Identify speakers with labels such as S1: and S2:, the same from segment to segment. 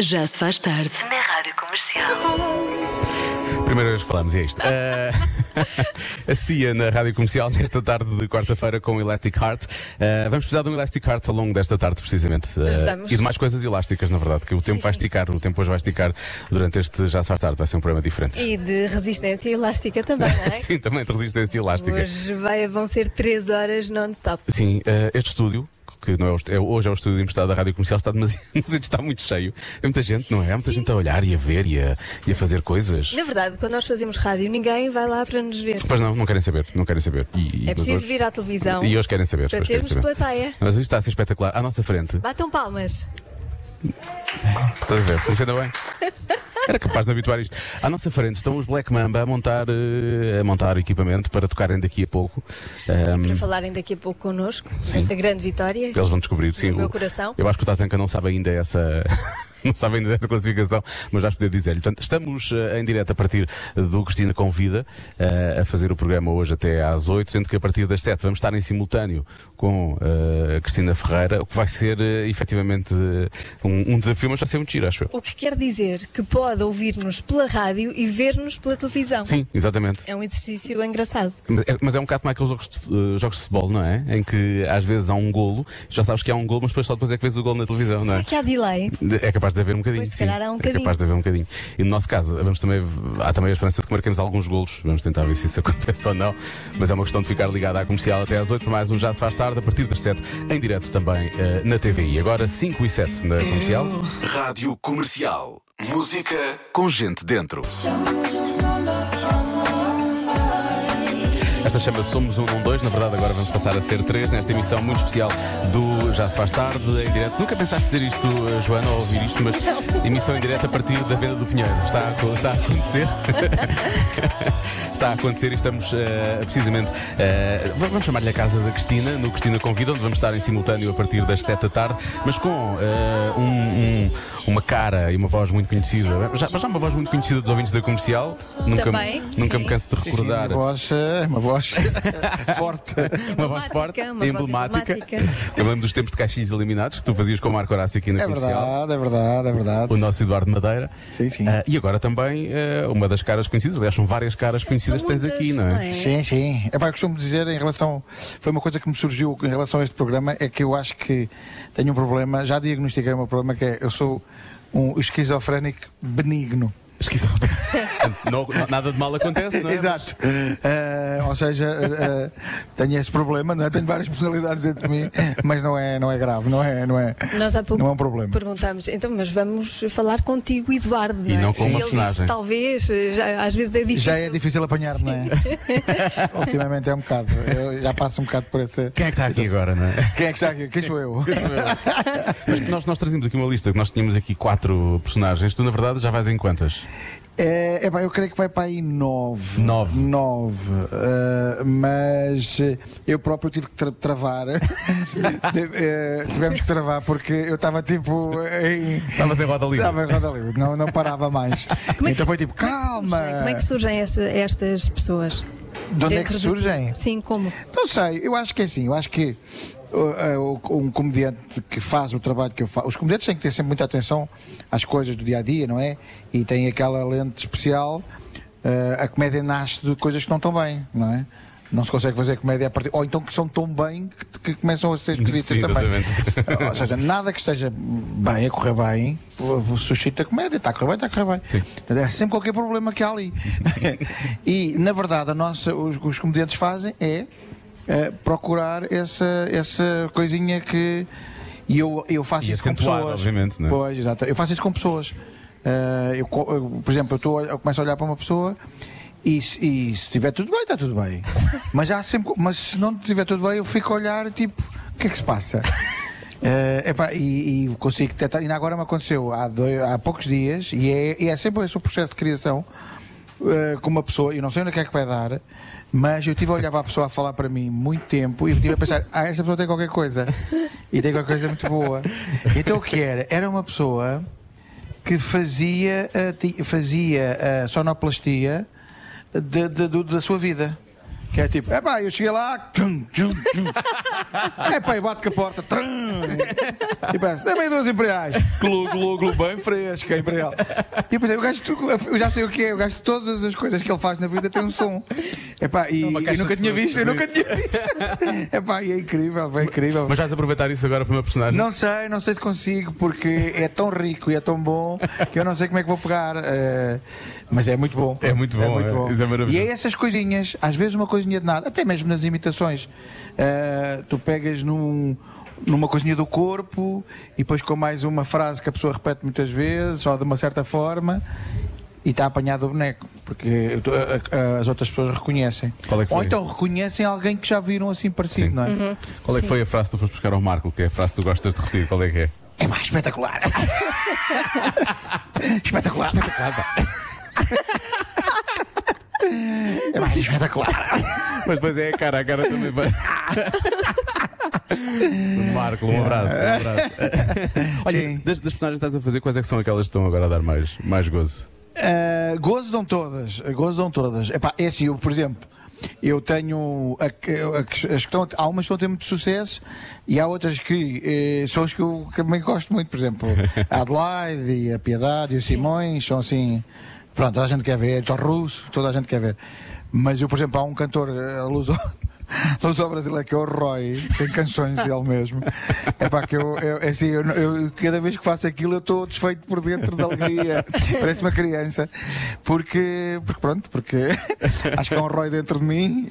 S1: Já se faz tarde.
S2: na Rádio Comercial.
S3: Primeira vez que falamos e é isto. Ah, a CIA na Rádio Comercial nesta tarde de quarta-feira com o Elastic Heart. Ah, vamos precisar de um Elastic Heart ao longo desta tarde, precisamente. Ah,
S4: Vamos.
S3: e de mais coisas elásticas, na verdade, que o tempo vai esticar, o tempo hoje vai esticar durante este Já se faz tarde, vai ser um programa diferente.
S4: E de resistência elástica também, não é?
S3: Sim, também de resistência elástica.
S4: Hoje vai, vão ser 3 horas non-stop.
S3: Sim, eh, este estúdio. Que não é o est- é- hoje é o estúdio emprestado da Rádio Comercial, está demasiado, mas ele está muito cheio. É muita gente, não é? Há muita gente a olhar e a ver e a, e a fazer coisas.
S4: Na verdade, quando nós fazemos rádio, ninguém vai lá para nos ver.
S3: Pois não, não querem saber, não querem saber. E- e-
S4: É
S3: mas
S4: preciso
S3: hoje-
S4: vir à televisão.
S3: E hoje querem saber.
S4: Então, Para
S3: hoje querem
S4: termos
S3: saber.
S4: plateia.
S3: Mas isto está a ser espetacular. À nossa frente.
S4: Batam palmas.
S3: Estás a ver? Funciona bem. Era capaz de habituar isto. À nossa frente estão os Black Mamba a montar, eh, a montar equipamento para tocarem daqui a pouco. Ahm,
S4: Para falarem daqui a pouco connosco,
S3: Sim.
S4: essa grande vitória.
S3: eles vão descobrir, sim.
S4: meu
S3: o-
S4: coração.
S3: Eu acho que o Tatanka não sabe ainda essa. Não sabe ainda dessa classificação, mas vais poder dizer-lhe. Portanto, estamos eh, em direto a partir do Cristina Convida eh, a fazer o programa hoje até às 8, sendo que a partir das 7 vamos estar em simultâneo com eh, a Cristina Ferreira, o que vai ser eh, efetivamente eh, um, um desafio, mas vai ser muito giro, acho eu.
S4: O que quer dizer que pode ouvir-nos pela rádio e ver-nos pela televisão.
S3: Sim, exatamente.
S4: É um exercício engraçado.
S3: Mas é- Mas é um bocado como aqueles jogos de, eh, jogos de futebol, não é? Em que às vezes há um golo, já sabes que há um golo, mas depois só depois é que vês o golo na televisão, não é?
S4: Será que há delay?
S3: De- É capaz de haver um bocadinho.
S4: Pois, se
S3: sim.
S4: calhar há um
S3: É capaz de haver um bocadinho. E no nosso caso, vamos também, há também a esperança de que marquemos alguns golos. Vamos tentar ver se isso acontece ou não. Mas é uma questão de ficar ligado à comercial até às 8 para mais um Já Se Faz Tarde, a partir das 7, em direto também eh, na TVI. Agora 5 e 7 na comercial.
S5: Rádio Comercial. Música com gente dentro.
S3: Esta chama-se Somos 112, na verdade agora vamos passar a ser 3 nesta emissão muito especial do Já Se Faz Tarde, em direto. Nunca pensaste dizer isto, eh, Joana, ou ouvir isto, mas emissão em direto a partir da Venda do Pinheiro. Está a, acon- está a acontecer. está a acontecer e estamos eh, precisamente. eh, v- vamos chamar-lhe a casa da Cristina, no Cristina Convida, onde vamos estar em simultâneo a partir das 7 da tarde, mas com eh, um- um- uma cara e uma voz muito conhecida. Já, já uma voz muito conhecida dos ouvintes da comercial. Nunca,
S4: Também,
S3: me- nunca me
S4: sim.
S3: canso de recordar.
S6: Uma voz, eh, uma voz forte. É
S3: Uma voz
S4: Emblemática,
S3: forte,
S4: uma voz
S3: emblemática.
S4: emblemática.
S3: Eu lembro dos tempos de caixinhos eliminados que tu fazias com o Marco Horácio aqui na
S6: É
S3: comercial.
S6: verdade, é verdade, é verdade.
S3: O nosso Eduardo Madeira.
S6: Sim, sim.
S3: Ah, e agora também ah, uma das caras conhecidas, aliás, são várias caras conhecidas que tens
S4: muitas,
S3: aqui, não
S4: não
S3: é?
S4: é?
S6: Sim, sim. É para costumo dizer em relação. Foi uma coisa que me surgiu em relação a este programa, é que eu acho que tenho um problema, já diagnostiquei o meu problema, que é eu sou um esquizofrénico benigno.
S3: Esquizofrenia. Não- não- nada de mal acontece, não é?
S6: Exato. Eh, ou seja, eh, eh, tenho esse problema, não é? tenho várias personalidades dentro de mim, mas não é, não é grave, não é, não é,
S4: Nós há pouco
S6: não é um problema.
S4: perguntámos, então, mas vamos falar contigo, Eduardo. é?"
S3: E não com uma
S4: ele
S3: personagem.
S4: Disse, Talvez, já- às vezes é difícil.
S6: Já é difícil apanhar, não é? Ultimamente é um bocado. Eu já passo um bocado por esse.
S3: Quem é que está aqui agora, não é?
S6: Quem é que está aqui? Quem sou eu?
S3: Mas nós, nós trazemos aqui uma lista, que nós tínhamos aqui quatro personagens. Tu, na verdade, já vais em quantas?
S6: É, é pá, eu creio que vai para aí nove.
S3: Nove.
S6: Nove. Ah, mas eh, eu próprio tive que tra- travar. Eh, tivemos que travar porque eu estava tipo em.
S3: Estavas em roda livre.
S6: Estava em roda livre, não, não parava mais. então foi tipo, calma!
S4: é Como é que surgem essa- estas pessoas?
S6: De onde é que
S4: Dentro ti?
S6: surgem?
S4: Sim, como?
S6: Não sei, eu acho que é assim, eu acho que uh, uh, um comediante que faz o trabalho que eu faço, os comediantes têm que ter sempre muita atenção às coisas do dia a dia, não é? E têm aquela lente especial. uh, a comédia nasce de coisas que não estão bem, não é? Não se consegue fazer comédia a partir. Ou então que são tão bem que, que começam a ser esquisitas
S3: Sim,
S6: também.
S3: exatamente.
S6: Ou seja, nada que esteja bem a correr bem uh, suscita comédia. Está a correr bem, está a correr bem. É sempre qualquer problema que há ali. e, na verdade, a nossa, os, os comediantes fazem é eh, procurar essa, essa coisinha que. E eu, eu faço
S3: E
S6: isso com
S3: acentuar,
S6: pessoas.
S3: obviamente, não é?
S6: Pois, exato. Eu faço isso com pessoas. Eh, eu, co- eu, por exemplo, eu, tô, eu começo a olhar para uma pessoa e, se- e se estiver tudo bem, está tudo bem. mas, há sempre, co- mas se não estiver tudo bem, eu fico a olhar tipo: o que é que se passa? Eh, epá, e, e consigo detectar. Ainda agora me aconteceu há, dois- há poucos dias, e é, e é sempre esse o processo de criação. eh, com uma pessoa, eu não sei onde é que é que vai dar, mas eu estive a olhar para a pessoa a falar para mim muito tempo e estive a pensar: ah, esta pessoa tem qualquer coisa e tem qualquer coisa muito boa. Então o que era? Era uma pessoa que fazia, eh, ti- fazia eh, sonoplastia de- de- do- da sua vida. Que é tipo, é pá, eu cheguei lá, tchum, tchum, tchum. é pá, e bate com a porta, trum. e penso, dê-me duas imperiais. Glu, glu, glu, bem fresca, imperial. E eu pensei, o gajo, eu já sei o que é, o gajo, todas as coisas que ele faz na vida tem um som. É pá, e
S3: Uma
S6: eu
S3: caixa
S6: nunca
S3: de
S6: tinha
S3: som,
S6: visto, eu nunca tinha visto. É pá, e é incrível, é incrível.
S3: Mas vais aproveitar isso agora para o meu personagem?
S6: Não sei, não sei se consigo, porque é tão rico e é tão bom que eu não sei como é que vou pegar. eh, mas é muito bom.
S3: É muito bom, é. Isso é maravilhoso.
S6: E é essas coisinhas, às vezes uma coisinha de nada, até mesmo nas imitações. eh, tu pegas num. Numa coisinha do corpo, e depois com mais uma frase que a pessoa repete muitas vezes, ou de uma certa forma, e está apanhado o boneco, porque eu tô- a- a- as outras pessoas reconhecem.
S3: Qual é que
S6: ou
S3: foi?
S6: então reconhecem alguém que já viram assim parecido,
S3: Sim.
S6: não é?
S3: Qual é que foi a frase que tu foste buscar ao Marco? Que é a frase que tu gostas de repetir? Qual é que é?
S6: É mais espetacular. espetacular, espetacular. pá. É mais espetacular.
S3: Mas depois é a cara, a cara também vai. Marco, um abraço. Um abraço. Olha,
S6: É. Sim.
S3: das, das personagens que estás a fazer, quais é que são aquelas que estão agora a dar mais, mais gozo?
S6: Uh, gozo dão todas. Gozo dão todas. Epá, é assim, eu, por exemplo, eu tenho. A, que- a que- as que estão, há umas que estão a ter muito sucesso e há outras que eh, são as que eu também gosto muito. Por exemplo, a Adelaide e a Piedade e o Simões são assim. Pronto, toda a gente quer ver. Jorge Russo, toda a gente quer ver. Mas eu, por exemplo, há um cantor, eh, luso. Luz ao Brasileiro, que é o Roy, tem canções ele mesmo. É pá, que eu, eu- é assim, eu, eu- cada vez que faço aquilo eu estou desfeito por dentro da alegria. Parece uma criança. Porque, porque pronto, porque acho que há um Roy dentro de mim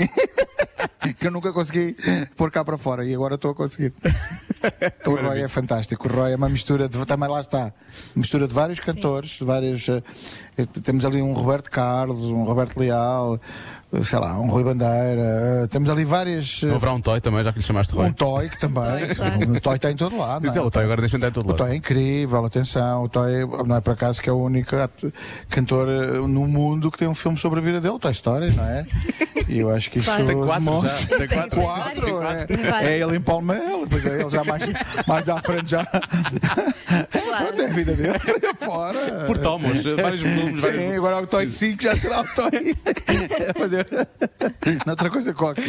S6: que eu nunca consegui pôr cá para fora e agora estou a conseguir. O Roy é fantástico. O Roy é uma mistura de. Também lá está. Mistura de vários cantores, de vários. eh, eh, temos ali um Roberto Carlos, um Roberto Leal, eh, sei lá, um Rui Bandeira. eh, temos ali várias. eh,
S3: Não haverá um toy também, já que lhe chamaste Roy?
S6: um Toy que também.
S4: Toy, claro.
S6: O Toy está em todo lado. não é?
S3: Diz é, o toy agora deixa-me entrar em todo
S6: O
S3: lado.
S6: Toy é incrível, atenção. O Toy não é por acaso que é o único ato- cantor eh, no mundo que tem um filme sobre a vida dele, Toy Story, não é? E eu acho que isso
S4: Claro. Tem
S3: quatro
S6: demonstra-
S3: já, tem
S4: quatro.
S6: Ah, Quatro,
S4: Tem
S6: é.
S4: quatro, tem vários.
S6: É ele em Palmeiras, pois é, ele já mais, mais à frente já. Pronto, é a vida dele, para fora.
S3: Por tomos, vários volumes, vários
S6: É. Sim, agora o Toy 5 já será o Toy. Fazer outra coisa qualquer.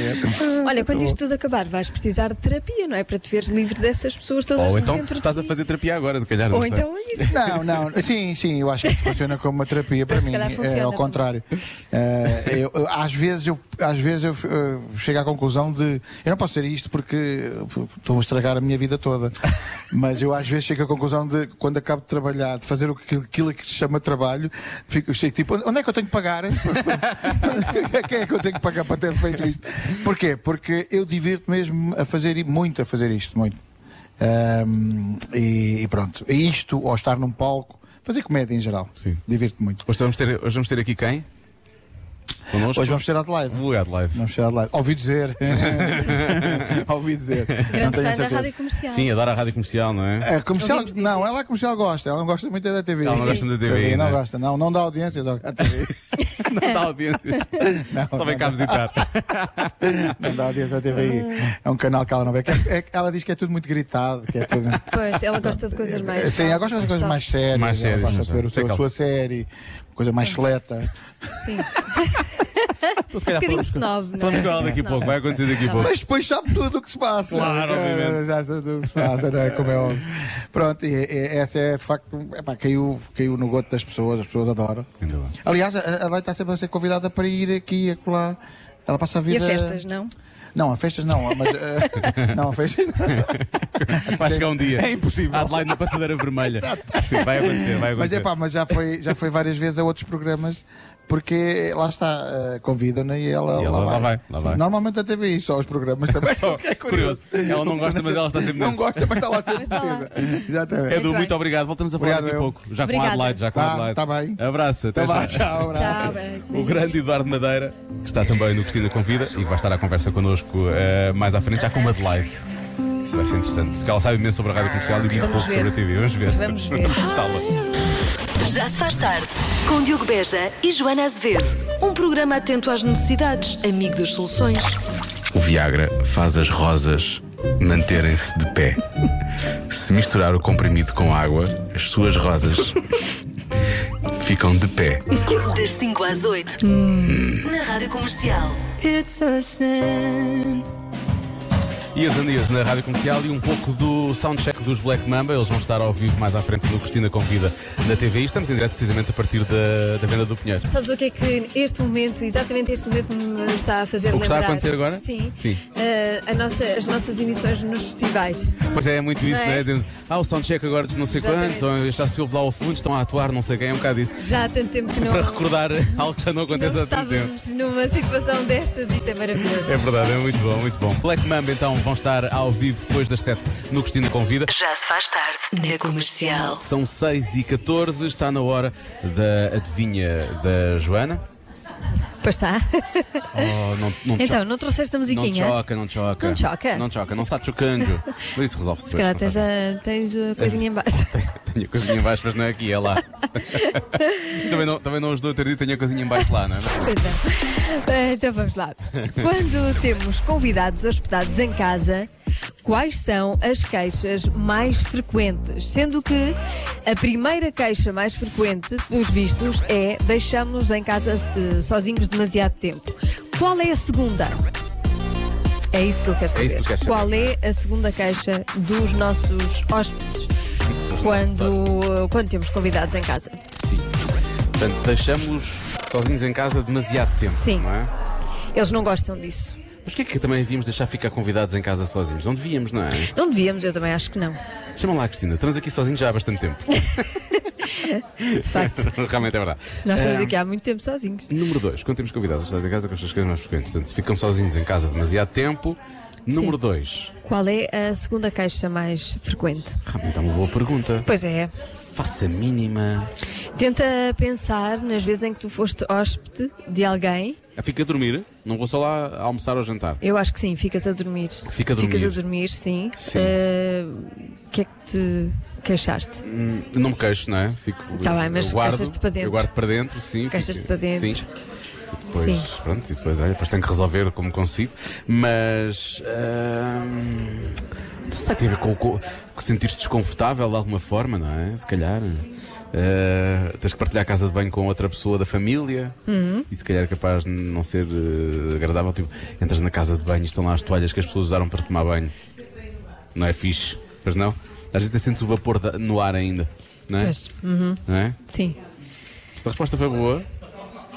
S4: Olha, quando isto tudo acabar, vais precisar de terapia, não é? Para te veres livre dessas pessoas todas
S3: Ou
S4: lá
S3: então
S4: dentro de
S3: estás a
S4: ti.
S3: fazer terapia agora, se calhar. não
S4: Ou
S3: sei.
S4: então é isso.
S6: Não, não, sim, sim, eu acho que isto funciona como uma terapia para
S4: Mas se
S6: mim,
S4: calhar
S6: é,
S4: funciona
S6: ao
S4: também.
S6: contrário. Eh, eu- eu- às vezes eu, às vezes eu eh, chego à conclusão de eu não posso ser isto porque estou a estragar a minha vida toda. Mas eu às vezes chego à conclusão de quando acabo de trabalhar, de fazer o que- aquilo que se chama trabalho, fico chego tipo, onde é que eu tenho que pagar? Quem é que eu tenho que pagar para ter feito isto? Porquê? Porque eu divirto mesmo a fazer i- muito a fazer isto, muito. Ahm, e, e pronto, É isto, ou estar num palco, fazer comédia em geral.
S3: Sim.
S6: Divirto-me muito.
S3: Hoje vamos, ter, hoje vamos ter aqui quem? Connosco?
S6: Hoje vamos ter Adelaide.
S3: O Adelaide.
S6: Vamos ter Adelaide. Ouvi dizer. Ouvi dizer. não
S4: Grande
S6: tenho
S4: fã da
S6: certeza.
S4: rádio comercial.
S3: Sim, é. adora a rádio comercial, não é?
S6: A comercial,
S4: Ouvimos dizer.
S6: não, ela a comercial gosta, ela não gosta muito é da TV.
S3: Ela não gosta da TV,
S6: não
S3: né?
S6: gosta, não, não dá audiências à TV.
S3: Não dá audiências. Só vem cá visitar.
S6: não dá audiência à TV. É um canal que ela não vê. que é- é- ela diz que é tudo muito gritado, que é tudo. É,
S4: Pois, ela gosta de coisas mais.
S6: Sim, ela gosta das coisas mais
S4: soft.
S6: sérias.
S3: Mais sérias,
S6: ela
S3: mais
S6: gosta de ver o
S3: sérias.
S6: seu- a sua série, coisa
S4: É.
S6: mais seleta.
S4: Sim.
S3: Então, se calhar,
S4: Um bocadinho
S3: falamos-
S4: snob, não é? Tá
S3: Falamos com ela daqui a
S4: Snob.
S3: pouco, vai acontecer daqui a pouco.
S6: Mas depois sabe tudo o que se passa.
S3: Claro,
S6: É,
S3: obviamente.
S6: Já sabe tudo o que se passa, não é? Como é óbvio. Pronto, e, e- essa é de facto. Epá, caiu, caiu no gosto das pessoas, as pessoas adoram.
S3: Ainda bem.
S6: Aliás, a a Leite está sempre a ser convidada para ir aqui e acolá. Ela passa a
S4: E
S6: vida.
S4: a festas, não?
S6: Não, a festas não, mas. eh, não, a festas.
S3: Vai chegar um dia.
S6: É impossível.
S3: A Adelaide na passadeira vermelha. Sim, vai acontecer, vai acontecer.
S6: Mas é pá, mas já foi, já foi várias vezes a outros programas. Porque lá está, eh, convidam-na e ela,
S3: E ela lá vai, lá
S6: Sim,
S3: vai.
S6: Normalmente a TV, só os programas também.
S3: Só, curioso. Ela não gosta, mas ela está sempre
S6: é Não
S3: nesse.
S6: gosta, mas está lá
S4: Mas está lá.
S6: certeza. Exatamente.
S3: Edu,
S4: Então bem.
S3: muito obrigado. Voltamos a falar
S6: Obrigado,
S3: daqui a
S6: eu.
S3: pouco. Já com a
S4: Obrigada.
S3: Adelaide, já com a
S6: Tá,
S3: Adelaide.
S6: tá bem.
S3: Abraço, até
S6: Então vá,
S3: já.
S6: tchau, abraço.
S4: Tchau,
S3: Ah, O
S4: beijinhos.
S3: grande Eduardo Madeira, que está também no Cristina Convida e vai estar à conversa connosco eh, mais à frente, já com uma Adelaide. Isso vai ser interessante, porque ela sabe imenso sobre a rádio comercial e muito
S4: Vamos
S3: pouco
S4: ver.
S3: sobre a TV. Vamos ver.
S4: Vamos ver.
S3: testá-la.
S1: Já se faz tarde, com Diogo Beja e Joana Azevedo. Um programa atento às necessidades, amigo das soluções.
S2: O Viagra faz as rosas manterem-se de pé. Se misturar o comprimido com água, as suas rosas ficam de pé.
S1: Das 5 às 8.
S4: Hum.
S1: Na Rádio Comercial.
S7: It's a sin.
S3: Ias and Ias na Rádio Comercial e um pouco do soundcheck dos Black Mamba. Eles vão estar ao vivo mais à frente do Cristina Convida na TV. E estamos em direto precisamente a partir da, da venda do Pinheiro.
S4: Sabes o que é que este momento, exatamente este momento, me está a fazer
S3: O que está a
S4: lembrar?
S3: acontecer agora?
S4: Sim.
S3: Sim.
S4: Ah, a nossa- as nossas emissões nos festivais.
S3: Pois é, é muito isso,
S4: Não
S3: não
S4: é?
S3: é? Dizemos, Ah, o soundcheck agora de não sei
S4: Exatamente.
S3: quantos, ou já se ouve lá ao fundo, estão a atuar, não sei quem, é um bocado isso.
S4: Já há tanto tempo que não.
S3: Para recordar algo que já não
S4: não
S3: acontece há tanto tempo.
S4: estávamos numa situação destas, isto é maravilhoso.
S3: É verdade, é muito bom, muito bom. Black Mamba então vão estar ao vivo depois das 7 no Cristina Convida.
S1: Já se faz tarde. Na Comercial.
S3: São 6 e 14 está na hora da adivinha da Joana.
S4: Pois está.
S3: Oh, não, não te
S4: Então,
S3: choca.
S4: não trouxeste a
S3: não
S4: musiquinha?
S3: choca, não choca.
S4: Não choca?
S3: Não choca, não está chocando. Mas isso resolve-se
S4: Se calhar
S3: depois. não
S4: tens
S3: faz
S4: a, tens a coisinha em baixo.
S3: mal. Tenho a coisinha em baixo, mas não é aqui, é lá. também, não, também não ajudou a ter dito, tenho a coisinha em baixo lá, não é?
S4: Pois não. Eh, Então vamos lá. Quando temos convidados hospedados em casa, quais são as queixas mais frequentes? Sendo que a primeira queixa mais frequente, pelos vistos, é deixamos-nos em casa eh, sozinhos demasiado tempo. Qual é a segunda? É isso que eu quero
S3: É
S4: saber.
S3: isso que tu queres saber.
S4: Qual é a segunda queixa dos nossos hóspedes quando, quando temos convidados em casa?
S3: Sim. Portanto, deixamos sozinhos em casa demasiado tempo,
S4: Sim.
S3: não é?
S4: Eles não gostam disso.
S3: Mas o que é que também devíamos deixar ficar convidados em casa sozinhos? Não devíamos, não é?
S4: Não devíamos, eu também acho que não.
S3: Chama lá a Cristina, estamos aqui sozinhos já há bastante tempo.
S4: De facto.
S3: Realmente é verdade.
S4: Nós estamos
S3: Ah,
S4: aqui há muito tempo sozinhos.
S3: Número 2, quando temos convidados a estar em casa com as suas coisas mais frequentes. Portanto, se ficam sozinhos em casa demasiado tempo. Número 2,
S4: Qual é a segunda queixa mais frequente?
S3: realmente é uma boa pergunta.
S4: Pois é.
S3: Faça mínima.
S4: Tenta pensar nas vezes em que tu foste hóspede de alguém.
S3: Ah, Fica a dormir, não vou só lá almoçar ou jantar.
S4: Eu acho que sim, ficas a dormir.
S3: Fica a dormir.
S4: Ficas a dormir, sim.
S3: Sim.
S4: Eh, O que é que te queixaste?
S3: Hum, Não me queixo, não é? Fico.
S4: Tá bem, mas
S3: eu guardo,
S4: queixas-te para dentro.
S3: Eu guardo para dentro, sim.
S4: Queixas-te
S3: fico-
S4: para dentro.
S3: Sim. E depois,
S4: Sim.
S3: pronto, e depois, olha, depois tenho que resolver como consigo. Mas. hum, não sei, tem a ver com, com, com sentir-te desconfortável de alguma forma, não é? Se calhar. eh, tens que partilhar a casa de banho com outra pessoa da família
S4: Uhum.
S3: e se calhar é capaz de não ser eh, agradável. Tipo, entras na casa de banho e estão lá as toalhas que as pessoas usaram para tomar banho. Não é fixe, pois não? Às vezes até sentes o vapor da- no ar ainda, não é?
S4: Pois, Hum,
S3: Não é?
S4: Sim.
S3: Esta resposta foi boa.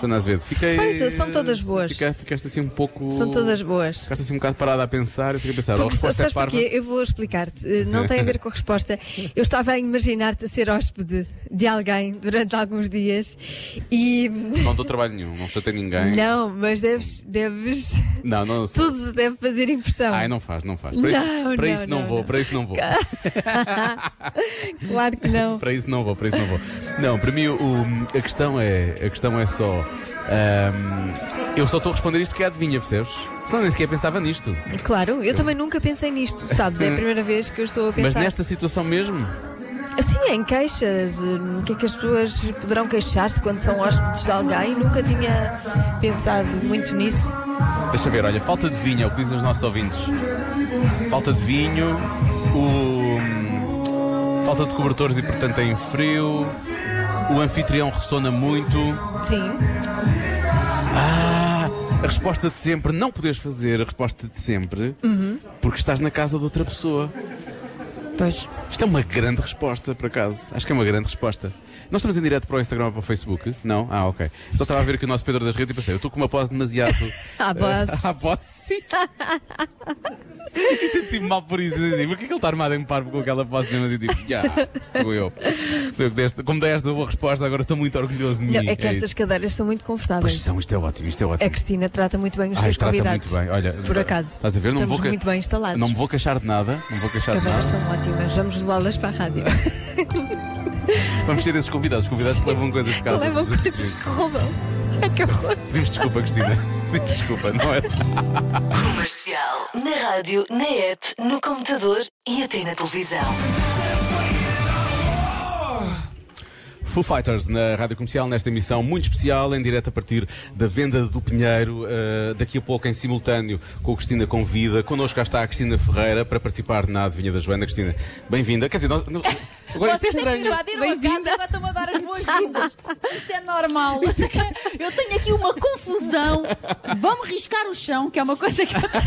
S3: Joana Azevedo, fiquei.
S4: Pois, são todas boas.
S3: Fica- ficaste assim um pouco.
S4: São todas boas.
S3: Ficaste assim um bocado parada a pensar. Eu fiquei a pensar, a
S4: Porque,
S3: resposta é
S4: sabes
S3: parva.
S4: porquê? Eu vou explicar-te. Eh, Não tem a ver com a resposta. Eu estava a imaginar-te a ser hóspede de alguém durante alguns dias e
S3: Não dou trabalho nenhum, não chatei ninguém.
S4: Não, mas deves. deves
S3: Não, não sei.
S4: tudo deve fazer impressão.
S3: Ai, não faz, não faz. Para
S4: Não,
S3: isso, para
S4: não,
S3: isso não,
S4: não,
S3: vou,
S4: não.
S3: para isso não vou.
S4: Claro que não.
S3: Para isso não vou, para isso não vou. Não, para mim o- a, questão é, a questão é só. ahm, eu só estou a responder isto que é adivinha, percebes? Senão nem sequer pensava nisto.
S4: Claro, eu também nunca pensei nisto, sabes? É a primeira vez que eu estou a
S3: Mas
S4: pensar.
S3: nesta situação mesmo,
S4: Assim, em queixas, hum, o que é que as pessoas poderão queixar-se quando são hóspedes de alguém? Nunca tinha pensado muito nisso.
S3: Deixa ver, olha, falta de vinho é o que dizem os nossos ouvintes. Falta de vinho, o. Falta de cobertores e portanto tem frio. O anfitrião ressona muito.
S4: Sim,
S3: Ah! A resposta de sempre, não podes fazer a resposta de sempre porque estás na casa de outra pessoa.
S4: pois.
S3: Isto é uma grande resposta, por acaso. Acho que é uma grande resposta. Nós estamos em direto para o Instagram ou para o Facebook? Não? Ah, ok. Só estava a ver aqui o nosso Pedro das Redes e pensei, eu estou com uma pose demasiado.
S4: À posse.
S3: Ah, à posse, sim. E senti-me mal por isso. Assim, Porquê que ele está armado em parvo com aquela pose mesmo? E tipo, já, sou eu. Sou eu que deste, como dei esta boa resposta, agora estou muito orgulhoso de mim.
S4: Não, é que
S3: É
S4: estas
S3: isso.
S4: cadeiras são muito
S3: Pois
S4: confortáveis.
S3: são, isto é ótimo, isto é ótimo.
S4: A Cristina trata muito bem os
S3: Ai,
S4: seus
S3: trata
S4: convidados.
S3: muito bem. Olha,
S4: Por acaso.
S3: Estás a ver? Não
S4: Estamos
S3: vou ca-
S4: muito bem instalados.
S3: Não me vou queixar de nada. Não vou
S4: As
S3: queixar de
S4: cadeiras
S3: nada.
S4: são ótimas. Vamos levá-las para a rádio.
S3: Vamos ter esses convidados. Os convidados que levam coisas de casa.
S4: Levam
S3: Sim.
S4: coisas que roubam. É Acabou.
S3: Pedimos desculpa, Cristina. Pedimos desculpa, não é?
S1: Comercial. Na rádio, na app, no computador e até na televisão.
S3: Foo Fighters na Rádio Comercial, nesta emissão muito especial, em direto a partir da venda do Pinheiro, eh, daqui a pouco em simultâneo com o Cristina Convida. Connosco cá está a Cristina Ferreira para participar na Adivinha da Joana. Cristina, bem-vinda. Quer dizer, nós, nós- Agora
S8: Vocês
S3: isto é
S8: é que
S3: estranho.
S8: invadiram a casa
S4: Bem-vinda.
S8: e agora estão a dar as boas-vindas. Isto é normal. Eu tenho aqui uma confusão. Vão-me riscar o chão, que é uma coisa que eu tenho.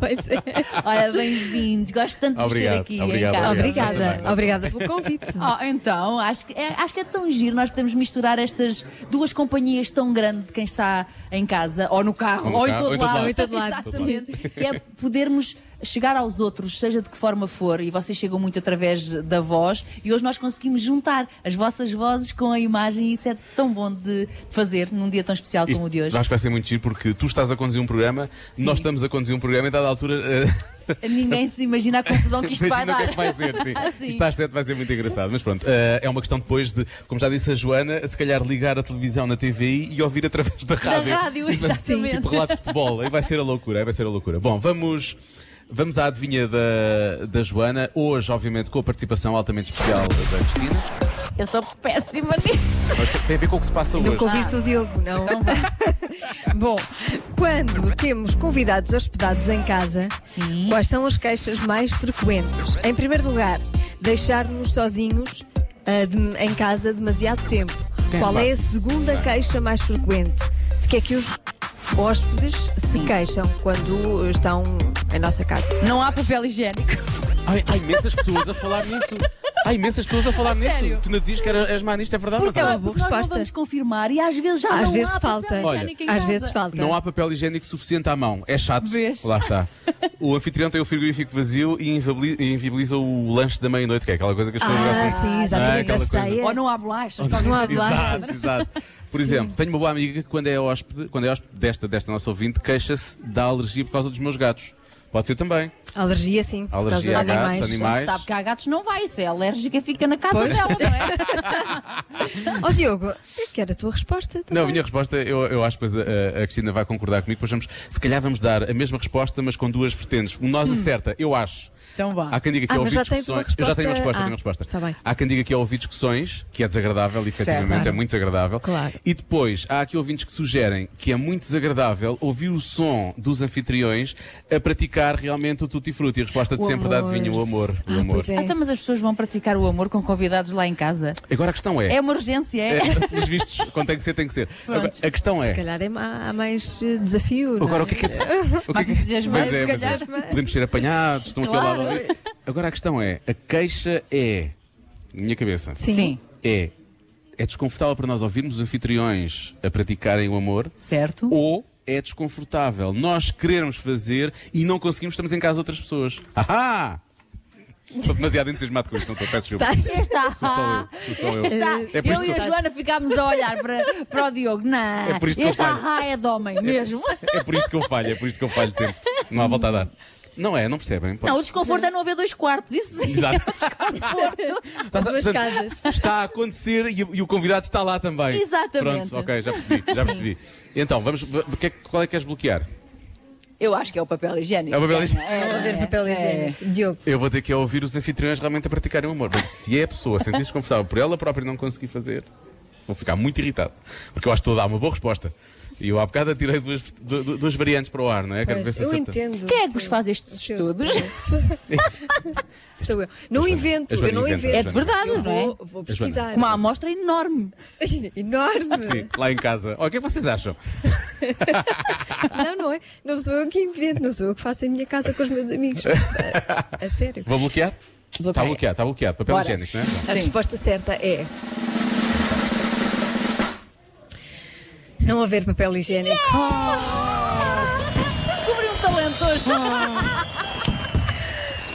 S4: Pois é.
S8: Olha, bem-vindos. Gosto tanto de vos ter
S3: Obrigado,
S8: aqui
S3: obrigado,
S8: em casa.
S3: Obrigado, nós
S4: Obrigada.
S3: também.
S4: Obrigada pelo convite.
S8: Oh, então, acho que, é, acho que é tão giro nós podemos misturar estas duas companhias tão grandes de quem está em casa, ou no carro,
S3: Ou no
S8: ou, em
S3: carro,
S8: todo
S3: ou em todo
S8: lado.
S4: Ou
S3: lado.
S4: em todo lado,
S8: Exatamente. Que é podermos chegar aos outros, seja de que forma for, e vocês chegam muito através da voz, e hoje nós conseguimos juntar as vossas vozes com a imagem, e isso é tão bom de fazer num dia tão especial como o de hoje.
S3: Isto acho que vai ser muito giro porque tu estás a conduzir um programa, nós estamos a conduzir um programa e, a dada altura, eh,
S8: Ninguém se imagina a confusão que isto vai
S3: Imagina
S8: dar.
S3: o que é que vai ser, sim.
S8: Ah, sim.
S3: Isto às 7 vai ser muito engraçado. Mas pronto, eh, é uma questão depois de, como já disse a Joana, se calhar ligar a televisão na TVI e ouvir através da rádio.
S8: rádio,
S3: Tipo,
S8: exatamente.
S3: Tipo relato de futebol. Aí vai ser a loucura, aí vai ser a loucura. Bom, vamos. Vamos à adivinha da, da Joana, hoje, obviamente, com a participação altamente especial da Cristina,
S8: Eu sou péssima nisso.
S3: mas tem a ver com o que se passa hoje.
S4: Não conviste o Diogo, não? Bom, quando temos convidados hospedados em casa,
S8: Sim.
S4: quais são as queixas mais frequentes? Em primeiro lugar, deixar-nos sozinhos ah, de- em casa demasiado tempo. Qual é a segunda queixa mais frequente? De que é que os hóspedes se queixam quando estão em nossa casa?
S8: Não há papel higiênico.
S3: Ai, há imensas pessoas a falar nisso. Há imensas pessoas a falar nisso.
S8: sério?
S3: Tu não dizes que era- és má nisto, é verdade?
S4: Porque
S3: mas
S4: é
S3: há-
S4: uma boa
S8: Porque nós
S4: resposta.
S8: não vamos confirmar e às vezes já
S4: Às
S8: não
S4: vezes
S8: há
S4: falta.
S8: papel
S3: Olha,
S8: higiênico em
S4: Às
S8: casa.
S4: vezes falta.
S3: Não há papel higiênico suficiente à mão. É chato.
S8: Vês?
S3: Lá está. O anfitrião tem o frigorífico vazio e invabili- e inviabiliza o lanche da meia-noite, que é aquela coisa que as pessoas
S4: Ah,
S3: gostam.
S4: sim,
S3: Ah,
S4: exatamente,
S3: aquela
S4: a
S3: coisa.
S4: ceia.
S8: Ou não há bolachas.
S4: Não há
S3: Exato,
S4: bolachas.
S3: exato. Por exemplo, tenho uma boa amiga que quando é hóspede, quando é hóspede desta, desta nossa ouvinte, queixa-se da alergia por causa dos meus gatos. Pode ser também.
S4: Alergia, sim. por causa
S3: Alergia
S4: de
S3: a gatos,
S4: animais.
S3: animais.
S8: Mas assim. sabe que há gatos não vai, se é alérgica fica na casa
S4: Pois.
S8: dela, não é?
S4: Ó Diogo, quero a tua resposta.
S3: Não,
S4: também.
S3: a minha resposta, eu, eu acho que depois a, a- a Cristina vai concordar comigo, pois vamos, se calhar vamos dar a mesma resposta, mas com duas vertentes. Um nós acerta, eu acho.
S8: Então vá.
S3: Há quem diga que
S4: Hum. Ah,
S3: eu
S4: mas
S3: ouvi
S4: já tens
S3: discussões.
S4: uma
S3: Eu já tenho uma
S4: resposta.
S3: resposta,
S4: Ah,
S3: tenho uma resposta.
S4: está bem.
S3: Há quem diga que eu ouvi discussões, que é desagradável, efetivamente,
S8: Certo.
S3: é muito desagradável.
S4: Claro.
S3: E depois, há aqui ouvintes que sugerem que é muito desagradável ouvir o som dos anfitriões a praticar realmente o tutti frutti. A resposta de
S4: O
S3: sempre da
S4: amor.
S3: adivinha, o amor. O
S4: Ah,
S3: amor.
S4: pois é.
S8: é? Então, mas as pessoas vão praticar o amor com convidados lá em casa.
S3: Agora a questão é.
S8: É uma urgência, é?
S3: é, pelos vistos, quando tem que ser, tem que ser. Agora, a questão é.
S4: Se calhar é ma- há mais eh, desafio. não
S3: Agora
S4: é?
S3: o que é que é dizer? O que é
S8: Mas
S3: que-
S8: entusiasmado,
S3: Pois é,
S8: se
S3: pois é.
S4: calhar.
S3: Podemos ser apanhados, estão aqui ao lado. a
S8: Claro.
S3: ouvir. Agora a questão é: a queixa é. Minha cabeça.
S4: Sim.
S3: É. É desconfortável para nós ouvirmos os anfitriões a praticarem o amor
S8: Certo.
S3: ou é desconfortável nós querermos fazer e não conseguimos, estamos em casa de outras pessoas. Ahá! Estou demasiado entusiasmado com isto, não estou, peço desculpa.
S4: Estás-
S8: Está.
S3: Sou só eu, sou só eu.
S8: Está.
S3: É por
S8: eu
S3: isto
S8: e
S3: que-
S8: a Joana ficámos a olhar para, para o Diogo. Não,
S3: É por isto que eu
S8: este
S3: falho.
S8: arra é de homem mesmo.
S3: É por isto que eu falho, é por isto que eu falho sempre. Não há volta a dar. Não é, não percebem? Pode
S8: Não, o desconforto é não haver dois quartos. Isso sim.
S3: Exato.
S4: As duas
S3: Portanto,
S4: casas.
S3: Está a acontecer e, e o convidado está lá também.
S8: Exatamente.
S3: Pronto, ok, já percebi, já percebi. Então, vamos, v- que é que- qual é que queres bloquear?
S8: Eu acho que é o papel higiênico.
S3: É o papel higiênico.
S8: É,
S4: Ver papel higiênico. Diogo,
S3: Eu vou ter que ouvir os anfitriões realmente a praticarem o amor. Mas se é a pessoa sentir-se confortável por ela própria não conseguir fazer, vou ficar muito irritado. Porque eu acho que estou a dar uma boa resposta. E eu há bocado atirei duas, du- du- duas variantes para o ar, não é? Quero ver se
S4: eu
S3: acerta.
S4: entendo.
S8: Quem é que vos faz estes
S4: os seus
S8: estudos?
S4: stress. Sou eu. Não invento,
S3: a Joana
S4: eu não
S3: inventa,
S4: invento.
S3: a
S8: É de verdade,
S4: Eu
S8: não é?
S4: vou, vou pesquisar.
S8: Com uma amostra enorme.
S4: Enorme.
S3: Sim, lá em casa. Ó, o que é que vocês acham?
S4: Não, não é? Não sou eu que invento, não sou eu que faço em minha casa com os meus amigos. A, a sério.
S3: Vou bloquear? Está bloqueado, está bloqueado. Papel
S8: Bora.
S3: higiênico, não é?
S4: A resposta certa é. Não haver papel higiênico. Oh,
S8: Descobri um talento hoje.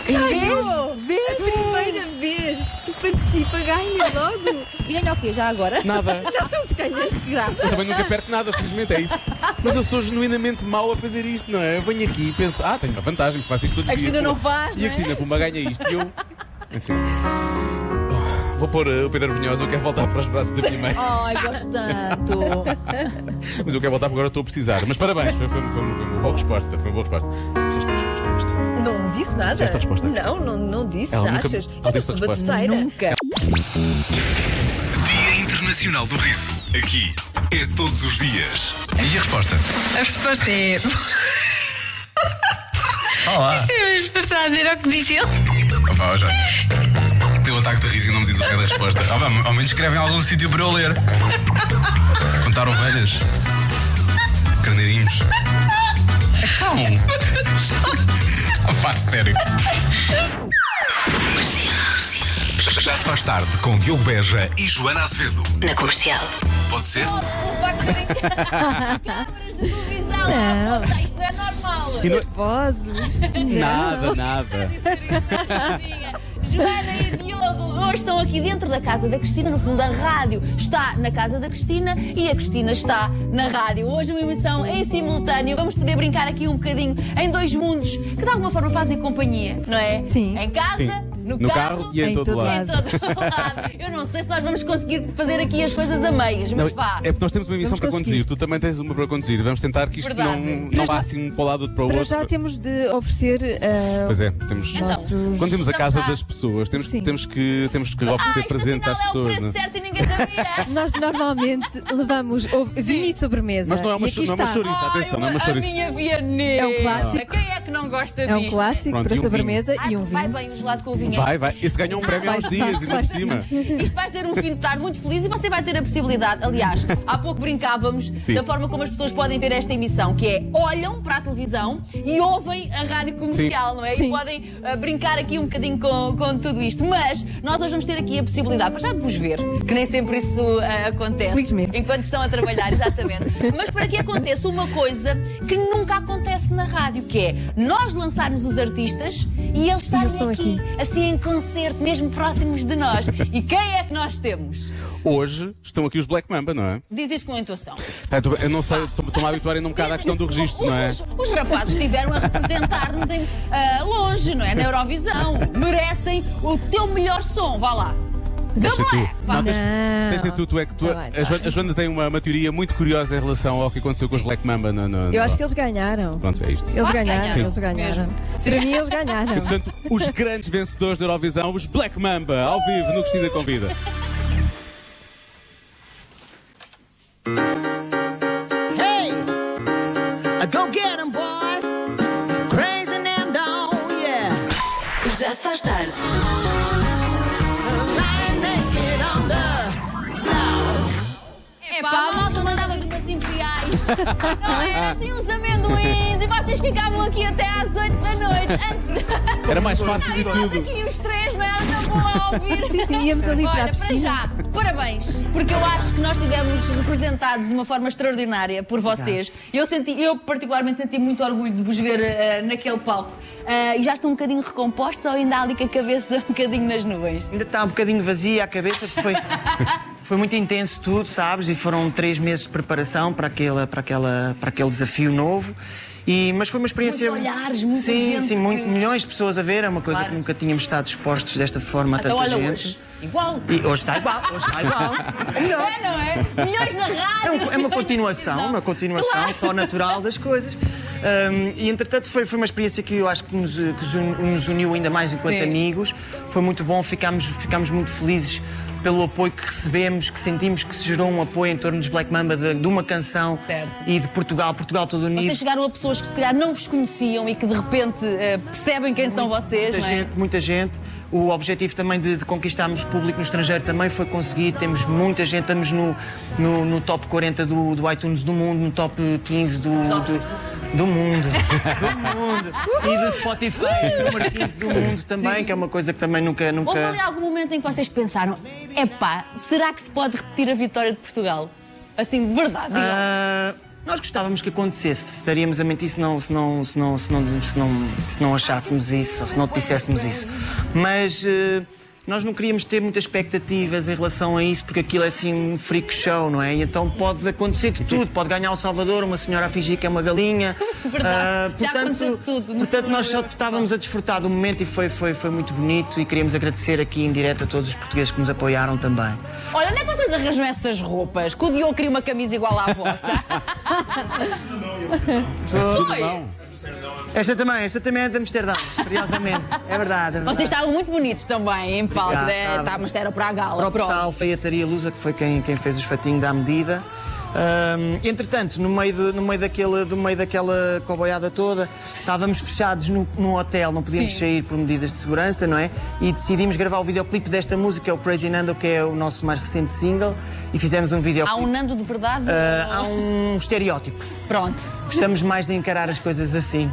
S8: Vês?
S4: A
S8: Vês?
S4: primeira vez que participa ganha logo.
S8: E ganha o quê já agora?
S3: Nada.
S4: Não, se calhar.
S8: Que graça.
S3: Eu também nunca perco nada, felizmente, é isso. Mas eu sou genuinamente mau a fazer isto, não é? Eu venho aqui e penso, ah, tenho uma vantagem, porque faço isto todo
S8: A Cristina não
S3: E
S8: faz, não
S3: a
S8: é?
S3: Cristina Pumba ganha isto. E eu. Enfim. Oh, Vou pôr eh, o Pedro Brunhosa, eu quero voltar para os braços da minha mãe.
S8: Ai, gosto tanto.
S3: Mas eu quero voltar porque agora estou a precisar. Mas parabéns, foi, foi- foi- foi uma boa resposta. Foi uma boa respoesta. Disseste a resposta, Cristina.
S4: Não disse nada.
S3: Disseste a resposta, é
S4: não, não, não disse,
S3: Ela nunca-
S4: achas?
S3: ela
S4: Eu não
S3: disse
S4: sou
S3: a resposta.
S4: batuteira.
S8: Nunca.
S9: Dia Internacional do Riso. Aqui é todos os dias.
S10: E a resposta?
S11: A resposta é. Isto é mesmo para estar a dizer ao que disse ele.
S2: pá, ó, já. Teu ataque de riso e não me diz o que é a resposta. Ah, vá, ao menos escreve em algum sítio para eu ler. Contar ovelhas. Carneirinhos. Então. Ah, Pá, sério.
S5: Já se faz tarde com Diogo Beja e Joana Azevedo.
S1: Na comercial.
S5: Pode ser?
S4: Não,
S8: Isto não é normal.
S4: nervosos.
S3: Nada, nada.
S8: Joana e Diogo hoje estão aqui dentro da casa da Cristina, no fundo a rádio está na casa da Cristina e a Cristina está na rádio. Hoje uma emissão em simultâneo, vamos poder brincar aqui um bocadinho em dois mundos que de alguma forma fazem companhia, não é?
S4: Sim.
S8: Em casa,
S3: Sim.
S8: no,
S3: No
S8: carro,
S3: carro e em
S4: em
S3: todo
S4: todo
S8: e em
S3: lado.
S4: lado.
S8: todo lado. Eu não sei se nós vamos conseguir fazer aqui as coisas a meias,
S3: Não,
S8: mas vá.
S3: é porque nós temos uma emissão
S4: Vamos
S3: para
S4: conseguir.
S3: conduzir, tu também tens uma para conduzir. Vamos tentar que isto
S8: Verdade.
S3: não, não vá assim um para o lado outro para o
S4: Para
S3: outro.
S4: já temos de oferecer ah,
S3: Pois é, temos.
S8: Então,
S3: Quando temos a
S8: Estamos
S3: casa
S8: lá.
S3: das pessoas, temos,
S4: Sim.
S3: temos que, temos que
S8: ah,
S3: oferecer
S8: isto
S3: presentes
S8: afinal
S3: às
S8: é o
S3: pessoas.
S8: preço
S3: não é?
S8: certo e ninguém sabia.
S4: Nós normalmente levamos ou- vinho e sobremesa.
S3: Mas não é uma,
S4: e
S3: chu-
S4: aqui
S3: não é uma
S4: está.
S3: chouriça, atenção, não é uma
S8: a
S3: chouriça.
S8: minha vianeta.
S4: É um clássico.
S8: Quem é que não gosta
S4: É um
S8: disto?
S4: clássico
S3: Pronto,
S4: para
S3: e um vinho.
S4: sobremesa
S8: Ai,
S4: e um
S8: Ah, Vai
S4: vinho.
S8: bem o gelado com o vinho.
S3: Vai, vai. Esse ganhou um prémio há uns
S4: Ah, Vai,
S3: dias, ainda
S4: vai,
S3: por cima.
S8: Isto vai ser um fim de tarde muito feliz e você vai ter a possibilidade. Aliás, há pouco brincávamos
S3: Sim.
S8: da forma como as pessoas podem ver esta emissão, que é olham para a televisão e ouvem a rádio comercial, não é? E
S4: Sim.
S8: podem ah, brincar aqui um bocadinho com, com tudo isto. Mas nós hoje vamos ter aqui a possibilidade, para já de vos ver, que nem sempre isso ah, acontece.
S4: Felizmente.
S8: Enquanto estão a trabalhar, exatamente. Mas para que aconteça uma coisa que nunca acontece na rádio, que é nós lançarmos os artistas e eles estarem
S4: estão
S8: aqui, assim em concerto, mesmo próximos de nós. E quem é que nós temos?
S3: Hoje estão aqui os Black Mamba, não é?
S8: Diz isso com entoação.
S3: Ah, tu- Eu não sei, estou- estou-me a habituar ainda um bocado à questão do registro, não é?
S8: Os, os rapazes estiveram a representar-nos em, ah, longe, não é? Na Eurovisão. Merecem o teu melhor som, vá lá. Da
S3: Tens de
S8: Black,
S3: tu.
S8: vá.
S3: Não, tens-
S4: Não.
S3: tens de tu, tu é que tu,
S4: Tá bem, tá
S3: a, Joana, a Joana tem uma, uma teoria muito curiosa em relação ao que aconteceu com os Black Mamba. No, no-
S4: Eu
S3: no-
S4: acho que eles ganharam.
S3: Pronto, é isto.
S4: Eles
S8: Ah,
S4: ganharam,
S8: ganharam.
S4: eles
S8: Sim.
S4: ganharam. Para mim, eles ganharam.
S3: Portanto, os grandes vencedores da Eurovisão, os Black Mamba, ao vivo no Cristina Convida.
S7: Hey, I go get 'em, boy. Crazy them down, yeah.
S1: Já se faz tarde.
S7: Lying naked on the floor.
S8: É pá, a malta mandava vir umas imperiais. Não era assim uns amendoins e vocês ficavam aqui até às 8 da noite. Antes de... Ah,
S3: Era mais fácil
S8: E
S3: de
S8: nós
S3: tudo.
S8: aqui os três não era tão bom a ouvir.
S4: Sim, sim, íamos ali
S8: Olha,
S4: para a
S8: para
S4: piscina.
S8: já, parabéns, porque eu acho que nós estivemos representados de uma forma extraordinária por vocês. Eu senti, eu particularmente senti muito orgulho de vos ver eh, naquele palco. Eh, e já estão um bocadinho recompostos ou ainda há ali com a cabeça um bocadinho nas nuvens?
S12: Ainda está um bocadinho vazia a cabeça, porque foi, foi muito intenso tudo, sabes? E foram três meses de preparação para, aquela, para, aquela, para aquele desafio novo. E, mas foi uma experiência.
S8: Muitos olhares, muita
S12: sim,
S8: gente
S12: Sim, muito-
S8: que-
S12: milhões de pessoas a ver, é uma coisa
S8: Claro.
S12: que nunca tínhamos estado expostos desta forma a
S8: Então
S12: tanta
S8: olha
S12: gente.
S8: hoje, igual.
S12: E hoje está igual, hoje está igual. Não.
S8: É, não é? Milhões na
S12: É,
S8: rádio.
S12: um- é uma continuação, uma continuação
S8: Claro.
S12: só natural das coisas. Um, e entretanto foi, foi uma experiência que eu acho que nos, eh, que nos un- nos uniu ainda mais enquanto
S8: Sim.
S12: amigos. Foi muito bom, ficámos, ficámos muito felizes pelo apoio que recebemos, que sentimos que se gerou um apoio em torno dos Black Mamba de, de uma canção
S8: Certo.
S12: e de Portugal, Portugal todo unido.
S8: Vocês chegaram a pessoas que se calhar não vos conheciam e que de repente eh, percebem quem são vocês,
S12: muita
S8: não é?
S12: gente, muita gente. O objetivo também de, de conquistarmos público no estrangeiro também foi conseguido. Temos muita gente, estamos no, no, no top 40 do, do iTunes do mundo, no top 15 do, do, do mundo. Do mundo. E do Spotify, número 15 do mundo também, que é uma coisa que também nunca.
S8: Houve
S12: nunca...
S8: ali algum momento em que vocês pensaram: epá, será que se pode repetir a vitória de Portugal? Assim, de verdade, digam.
S12: Ah, nós gostávamos que acontecesse. Estaríamos a mentir se não, se não, se não, se não, se não, se não achássemos isso ou se não disséssemos isso. Mas eh, nós não queríamos ter muitas expectativas em relação a isso, porque aquilo é assim um freak show, não é? E então pode acontecer de tudo. Pode ganhar o Salvador, uma senhora a fingir que é uma galinha.
S8: Verdade.
S12: Ah,
S8: Já aconteceu de tudo no
S12: Portanto, nós só
S8: Eurodesport.
S12: estávamos a desfrutar do momento e foi, foi, foi muito bonito. E queríamos agradecer aqui em direto a todos os portugueses que nos apoiaram também.
S8: Olha, onde é que vocês arranjam essas roupas? Que o Diogo queria uma camisa igual à vossa. Foi!
S12: Esta também, esta também é de Amsterdão, curiosamente. É verdade, é verdade.
S8: Vocês estavam muito bonitos também, em palco.
S12: Obrigado,
S8: né?
S12: estava.
S8: Estávamos, era para a gala.
S12: Próprio
S8: Pronto.
S12: Sal, Alfaiataria Lusa, que foi quem, quem fez os fatinhos à medida. Ahm, entretanto, no meio, de- no, meio daquela, no meio daquela coboiada toda, estávamos fechados no, num hotel, não podíamos
S13: Sim.
S12: sair por medidas de segurança, não é? E decidimos gravar o videoclipe desta música, o Crazy Nando, que é o nosso mais recente single, e fizemos um videoclipe.
S8: Há um Nando de verdade?
S12: Ah, há um estereótipo.
S8: Pronto.
S12: Gostamos mais de encarar as coisas assim.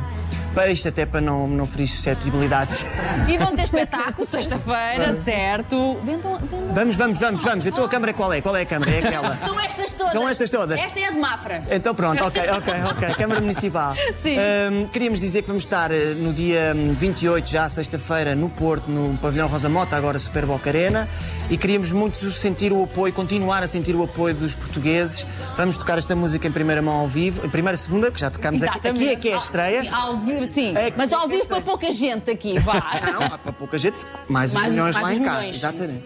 S12: Para isto até para não, não ferir suscetibilidades.
S8: E vão ter espetáculo sexta-feira, certo? Vendam, vendam.
S12: Vamos, vamos, vamos, vamos. Então a câmara qual é? Qual é a câmara? É aquela.
S8: São estas todas.
S12: São estas todas.
S8: Esta é a de Mafra.
S12: Então pronto, ok, ok, ok. Câmara Municipal.
S8: Sim.
S12: Ahm, queríamos dizer que vamos estar eh, no dia hum, 28, já sexta-feira, no Porto, no Pavilhão Rosa Mota, agora Super Boca Arena. E queríamos muito sentir o apoio, continuar a sentir o apoio dos portugueses. Vamos tocar esta música em primeira mão ao vivo, em primeira, segunda, que já tocámos aqui. Aqui é que é a
S8: Ao-
S12: estreia. é
S8: Sim, ao vivo, sim. Mas ao vivo para pouca gente aqui, vá.
S12: Não, há para pouca gente, mais os
S8: Mais-
S12: milhões
S8: mais
S12: lá
S8: os
S12: em casa.
S8: milhões,
S12: Exatamente.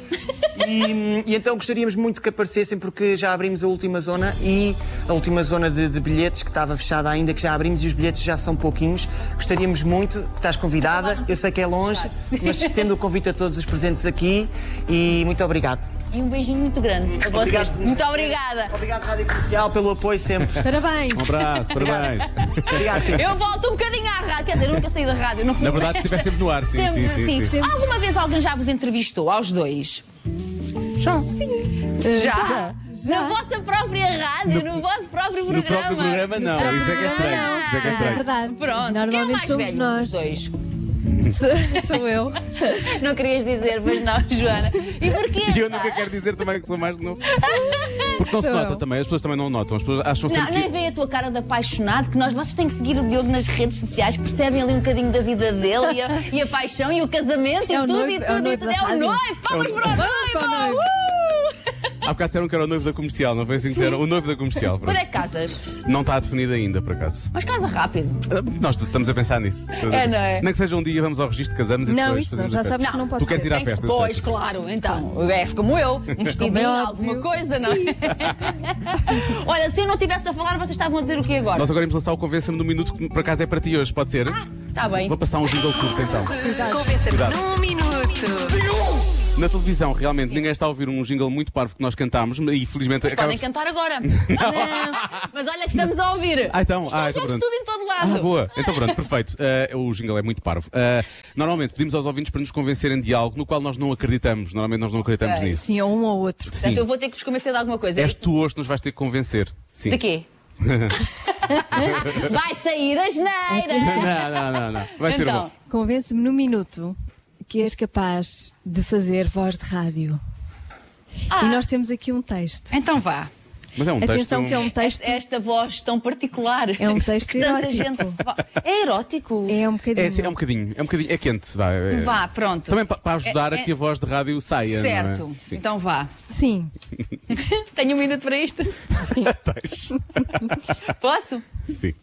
S12: E, e então gostaríamos muito que aparecessem, porque já abrimos a última zona e a última zona de, de bilhetes que estava fechada ainda, que já abrimos e os bilhetes já são pouquinhos. Gostaríamos muito que estás convidada. Eu sei que é longe, mas estendo o convite a todos os presentes aqui e muito obrigado.
S8: E um beijinho muito grande a vocês.
S12: Obrigado.
S8: Muito obrigada.
S12: Obrigado, Rádio Comercial, pelo apoio sempre.
S4: Parabéns.
S7: Um abraço, parabéns.
S12: Obrigado.
S8: Eu volto um bocadinho à rádio. Quer dizer, eu nunca saí da rádio. No fundo,
S7: Na verdade, estiveste sempre no ar, sim,
S8: Sempre,
S7: sim, sim, sim.
S8: Alguma vez alguém já vos entrevistou, aos dois?
S4: Já. Sim. É,
S8: Já? Na vossa própria rádio, no, vosso próprio
S7: no
S8: programa.
S7: próprio programa, não.
S8: No
S7: Isso é que é estranho.
S8: programa, não.
S7: Isso é que é estranho.
S4: verdade.
S8: Pronto, quem é o
S4: Normalmente
S8: mais
S4: somos
S8: velho
S4: nós.
S8: dos dois?
S4: Sou- Sou eu.
S8: Não querias dizer, mas não, Joana. E porquê?
S7: E eu nunca quero dizer também que sou mais novo. Porque não se
S8: Sou
S7: nota
S8: eu.
S7: também, as pessoas também não notam. As pessoas acham
S8: Não,
S7: sempre
S8: nem
S7: que.
S8: veio a tua cara de apaixonado, que nós vocês têm que seguir o Diogo nas redes sociais, que percebem ali um bocadinho da vida dele e a, e a paixão e o casamento
S4: É
S8: e
S4: o
S8: tudo e
S4: noivo, é o
S8: tudo e
S4: noivo
S8: tudo.
S4: da
S8: É o
S4: rádio.
S8: noivo! Vamos para o
S4: Vamos para o
S8: noivo!
S4: noivo.
S8: Uh!
S7: Há bocado disseram que era o noivo da comercial, não foi assim que disseram? O noivo da comercial.
S8: Por
S7: pronto.
S8: é que casas?
S7: Não está definido ainda, por acaso.
S8: Mas casa rápido.
S7: Nós estamos a pensar nisso.
S8: É, não é?
S7: Nem que seja um dia vamos ao registro, casamos e
S4: Não,
S7: depois
S4: isso não,
S7: fazemos
S4: já
S7: a festa.
S4: sabes que não pode
S7: Tu queres
S4: ser.
S7: ir à
S4: Tem que-
S7: festa, eu sei.
S8: Pois, claro, então, és como eu, um vestido
S4: Como é
S8: em
S4: óbvio.
S8: alguma coisa, não é? Olha, se eu não estivesse a falar, vocês estavam a dizer o que agora?
S7: Nós agora íamos lançar o Convença-me no Minuto, que por acaso é para ti hoje, pode ser?
S8: Ah, Está Tá bem.
S7: Vou passar um jingle curto então.
S14: Convença-me
S7: Cuidado.
S14: num minuto.
S7: Na televisão, realmente, ninguém está a ouvir um jingle muito parvo que nós cantámos e felizmente acaba.
S8: Podem cantar agora. Não. Mas olha que estamos a ouvir. é
S7: Ah, então, ah,
S8: Estamos
S7: então
S8: a
S7: pronto.
S8: tudo em todo lado.
S7: Ah, boa. Então pronto, perfeito. Ah, o jingle é muito parvo. Ah, normalmente pedimos aos ouvintes para nos convencerem de algo no qual nós não acreditamos. Normalmente nós não acreditamos
S8: Ok.
S7: nisso.
S4: Sim, é um ou outro.
S7: Sim.
S8: Portanto, eu vou ter que vos convencer de alguma coisa. é
S7: És
S8: isso?
S7: tu hoje que nos vais ter que convencer. Sim.
S8: De quê? Vai sair a geneira!
S7: Não, não, não, não. Vai ser
S8: Então.
S7: bom.
S4: Convence-me num minuto que és capaz de fazer voz de rádio.
S8: Ah.
S4: E nós temos aqui um texto.
S8: Então vá.
S7: Mas é um
S4: Atenção
S7: texto.
S4: que é um texto.
S8: Esta, esta voz tão particular.
S4: É um texto
S8: que tanta
S4: erótico.
S8: gente fa- É erótico?
S4: É um bocadinho.
S7: É, sim, é um bocadinho, é um bocadinho, é quente, vá. é-
S8: Vá, pronto.
S7: Também pa- para ajudar
S8: É-
S7: a que a voz de rádio saia. não é?
S8: Certo.
S7: Sim.
S8: Então vá.
S4: Sim.
S8: Tenho um minuto para isto?
S7: Tens.
S8: Posso?
S7: Sim.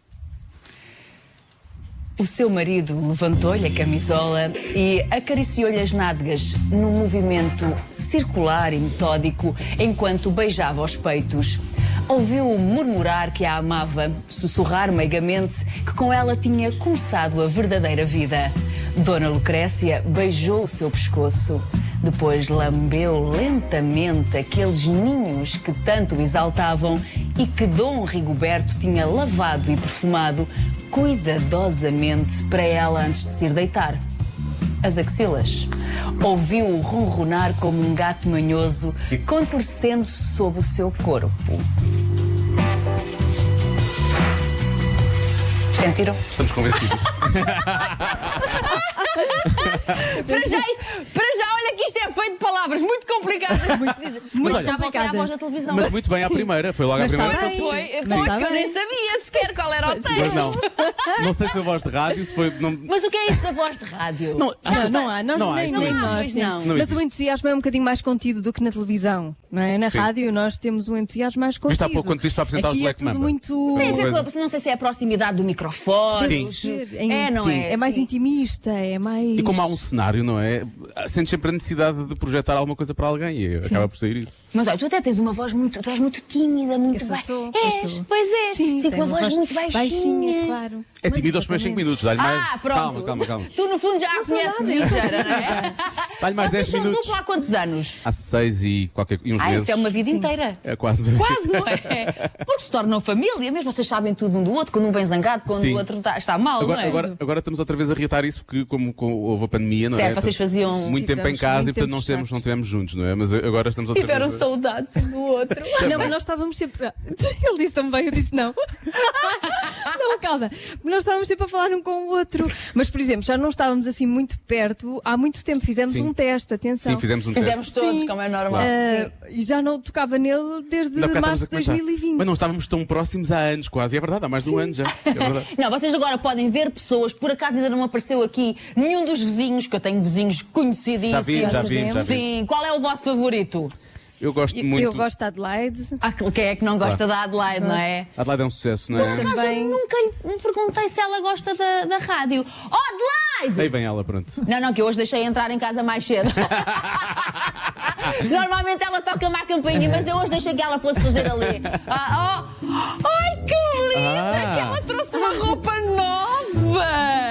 S8: O seu marido levantou-lhe a camisola e acariciou-lhe as nádegas num movimento circular e metódico enquanto beijava os peitos. Ouviu-o murmurar que a amava, sussurrar meigamente que com ela tinha começado a verdadeira vida. Dona Lucrécia beijou o seu pescoço. Depois lambeu lentamente aqueles ninhos que tanto o exaltavam e que Dom Rigoberto tinha lavado e perfumado cuidadosamente para ela antes de se ir deitar. As axilas. Ouviu-o ronronar como um gato manhoso, contorcendo-se sob o seu corpo. Sentiram?
S7: Estamos convencidos.
S8: Então, Para já, para já, olha que isto é feito de palavras muito complicadas. Muito,
S4: muito
S8: já voltei à
S4: complicadas.
S8: voz da televisão.
S7: Mas muito bem à primeira, foi logo à
S4: Mas está
S7: primeira.
S4: bem.
S8: Foi, foi,
S4: Mas
S8: foi,
S4: está
S8: porque eu
S4: bem.
S8: nem sabia sequer qual era o texto.
S7: Mas não. Não sei se foi voz de rádio, se foi. Não,
S8: Mas o que é isso da voz de rádio?
S7: não, acho
S4: Ah, Não,
S7: que-
S4: não há, nós
S7: não há,
S4: nem,
S7: isto não
S4: nem
S7: existe.
S4: nós.
S8: Isto não
S4: nem- Mas
S7: existe.
S4: o entusiasmo é um bocadinho mais contido do que na televisão, não é? Na
S7: Sim.
S4: rádio nós temos um entusiasmo mais contido.
S7: Viste há pouco quando viste para apresentar
S4: Aqui
S7: os
S4: é
S7: Black
S4: tudo
S7: Mamba.
S4: muito.
S8: Tem a ver
S7: Uma
S8: com a- não sei se é a proximidade do microfone.
S7: Sim.
S8: os-
S4: Deve ser,
S8: É, não
S4: sim.
S8: é?
S4: mais
S8: Sim.
S4: intimista, é mais.
S7: E como como há um cenário, não é? Sentes sempre a necessidade de projetar alguma coisa para alguém e acaba por sair isso.
S15: Mas olha, tu até tens uma voz muito. Tu és muito tímida, muito.
S4: Eu sou,
S15: ba-
S4: sou,
S15: És,
S4: eu sou.
S15: pois é. Sim,
S4: tem
S15: com uma voz muito baixinha.
S4: claro.
S7: É tímido aos primeiros 5 minutos, dá-lhe
S8: Ah,
S7: mais.
S8: pronto.
S7: Calma, calma, calma.
S8: Tu, no fundo, já a conheces de ligeira, não é?
S7: Dá-lhe mais
S8: Vocês
S7: 10
S8: são
S7: minutos.
S8: dupla há quantos anos?
S7: Há 6 e qualquer e uns
S8: Ah,
S7: meses.
S8: isso é uma vida inteira.
S7: É quase.
S8: Quase, não é? Porque se tornam família, mesmo vocês sabem tudo um do outro, quando um vem zangado, quando
S7: Sim.
S8: o outro está, está mal,
S7: Agora,
S8: não é?
S7: agora, agora estamos outra vez a reatar isso porque como, como houve a pandemia, não é?
S8: Certo, vocês faziam-
S7: muito tempo em
S4: Tivemos
S7: casa
S4: muito
S7: e portanto
S4: tempo
S7: não estivemos não tivemos juntos, não é? Mas agora estamos outra
S8: Tiveram
S7: vez. a-
S8: saudades um do outro.
S4: Não, mas nós estávamos sempre. Ele disse também, eu disse não. Não, calma. Nós estávamos sempre a falar um com o outro. Mas, por exemplo, já não estávamos assim muito perto. Há muito tempo fizemos
S7: Sim.
S4: um teste, atenção.
S7: Sim, fizemos um
S8: Fizemos
S7: teste.
S8: todos,
S4: Sim.
S8: como é normal.
S4: Ah, E já não tocava nele desde
S7: Ainda há bocado
S4: março de
S7: estávamos a comentar.
S4: 2020.
S7: Mas não estávamos tão próximos há anos quase. E é verdade, há mais de um ano já. É verdade.
S8: Não, vocês agora podem ver pessoas, por acaso ainda não apareceu aqui nenhum dos vizinhos, que eu tenho vizinhos
S7: Já
S8: conhecidíssimos.
S7: vimos, já vimos, já vimos.
S8: Sim, qual é o vosso favorito?
S7: Eu gosto
S4: Eu-
S7: muito.
S4: Eu gosto de Adelaide.
S8: Ah, Quem é que não gosta da Adelaide, não é?
S7: Adelaide é um sucesso, não
S8: Por
S7: é?
S8: acaso
S4: Também-
S8: eu nunca lhe perguntei se ela gosta da, da rádio. Oh, Adelaide!
S7: Aí vem ela, pronto.
S8: Não, não, que eu hoje deixei entrar em casa mais cedo. Normalmente ela toca uma campainha, mas eu hoje deixei que ela fosse fazer ali. Ah, oh. Ai, que linda!
S7: Ah.
S8: Que ela trouxe uma roupa nova!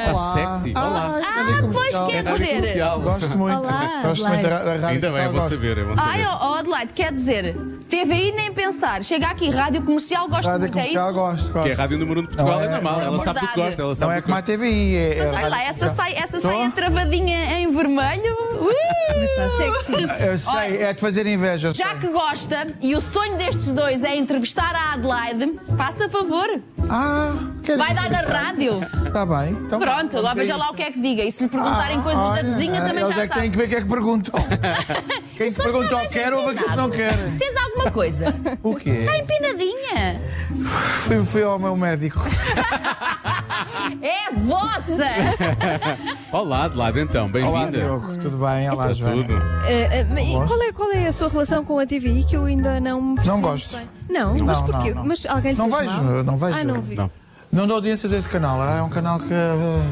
S7: Está sexy. Olá.
S8: Ah, pois
S6: é
S8: quer dizer.
S7: Comercial.
S6: Gosto muito.
S4: Olá,
S6: gosto muito da, da rádio.
S7: Ainda bem, é bom
S6: Gosto.
S7: saber, é bom
S8: Ai,
S7: saber.
S8: oh, oh, Adelaide, quer dizer, TVI nem pensar. Chega aqui, rádio comercial, gosto
S6: Rádio
S8: muito, é
S6: comercial, gosto,
S8: isso?
S7: Que é a
S6: gosto.
S7: rádio número 1 um de Portugal,
S6: Não
S7: é,
S6: é-
S7: normal. Ela sabe do que
S8: Verdade.
S7: gosta, ela
S6: Não
S7: sabe
S6: é
S7: do que
S6: como a
S7: gosta.
S6: TVI. É, é
S8: Mas olha
S6: rádio
S8: lá, essa
S6: comercial.
S8: sai, essa
S6: Tô?
S8: saia travadinha em vermelho. Ui!
S4: Mas está sexy.
S6: Eu sei, é de fazer inveja. eu
S8: Já
S6: sei.
S8: que gosta e o sonho destes dois é entrevistar a Adelaide, faça favor,
S6: Ah, quer
S8: vai dar na rádio.
S6: Está bem. Então,
S8: Pronto, agora veja lá o que é que diga. E se lhe perguntarem coisas da
S6: Ah, olha,
S8: vizinha, também
S6: eles
S8: já
S6: é que têm
S8: sabe.
S6: que ver o que é que perguntam. Quem
S8: Só
S6: que
S8: está
S6: perguntou
S8: mais
S6: quer ou aquilo que não quer.
S8: empinado. Fez alguma coisa?
S6: O quê?
S8: Está empinadinha.
S6: Fui, fui ao meu médico.
S8: É vossa.
S7: Olá, Adelaide, então.
S6: é Olá,
S7: Bem-vinda.
S6: Diogo. Tudo bem? Olá,
S7: Está
S6: Joana.
S7: tudo.
S4: Ah, ah, mas e qual, é, qual é a sua relação com a TVI que eu ainda não me percebi
S6: Não
S4: muito
S6: gosto.
S4: bem? Não, mas
S6: não,
S4: porquê?
S6: não.
S4: Mas alguém lhe
S6: Não
S4: fez
S6: vejo,
S4: mal?
S6: não vejo.
S4: Ah, não vi.
S7: Não.
S6: Não dou audiências a esse canal. É um canal que. eh,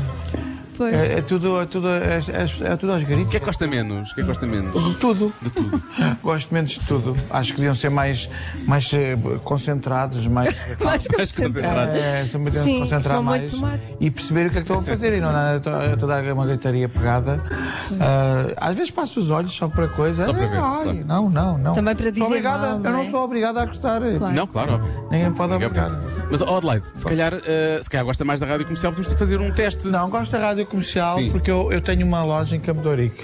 S4: Pois.
S6: É, é tudo, é, tudo, é, é- é tudo aos
S7: O
S6: gritos.
S7: que é que gosta menos? O que é que gosta menos?
S6: De tudo. De tudo. Gosto menos de tudo. Acho que deviam ser mais, mais eh, concentrados, mais.
S4: Mais
S7: Mais concentrados.
S6: É, são muito
S4: Sim,
S6: concentrar
S4: com
S6: mais
S4: muito tomate.
S6: e perceber o que é que estou a fazer e não dar toda- toda uma gritaria pegada. Ah, às vezes passo os olhos só para coisa.
S7: Só para
S6: Ah,
S7: ver,
S6: olha,
S7: claro.
S6: Não, não, não.
S4: Também para
S6: Sou
S4: dizer
S6: obrigada,
S4: mal, não
S6: Eu
S4: é?
S6: não sou obrigada a gostar.
S4: Claro.
S7: Não, claro, óbvio.
S6: Ninguém pode
S7: Ninguém é
S6: obrigar.
S7: pode. Mas, oh, Adelaide, se calhar, eh, se calhar gosta mais da rádio comercial, podemos fazer um teste.
S6: Não, gosto da rádio comercial
S7: Sim.
S6: porque eu, eu tenho uma loja em Campo de Ourique.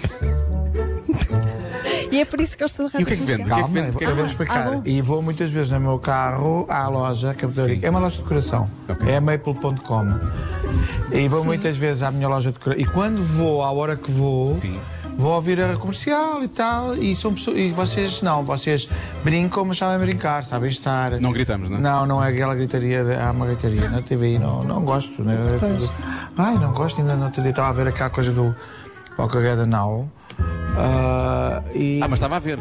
S4: E é por isso que gosto de rádio
S7: E o que é que vende?
S4: comercial.
S6: Calma,
S7: O que é que vende? O que é que
S6: eu vou
S7: vende?
S6: explicar.
S4: Ah, bom.
S6: e vou muitas vezes no meu carro à loja Campo de Ourique.
S7: Sim.
S6: É uma loja de decoração.
S7: Ok.
S6: É a maple.com. E vou muitas vezes à minha loja de decoração. E quando vou, à hora que vou,
S7: Sim.
S6: vou ouvir a comercial e tal. E, são pessoas, e vocês não, vocês brincam, mas sabem brincar, sabem estar.
S7: Não gritamos, não é?
S6: Não, não é aquela gritaria, de, há uma gritaria na TV, não, não gosto, né? É tudo- Ai, não gosto, ainda não te dia estava a ver aquela coisa do Alcagada Now. Ah, e
S7: Ah, mas estava a ver.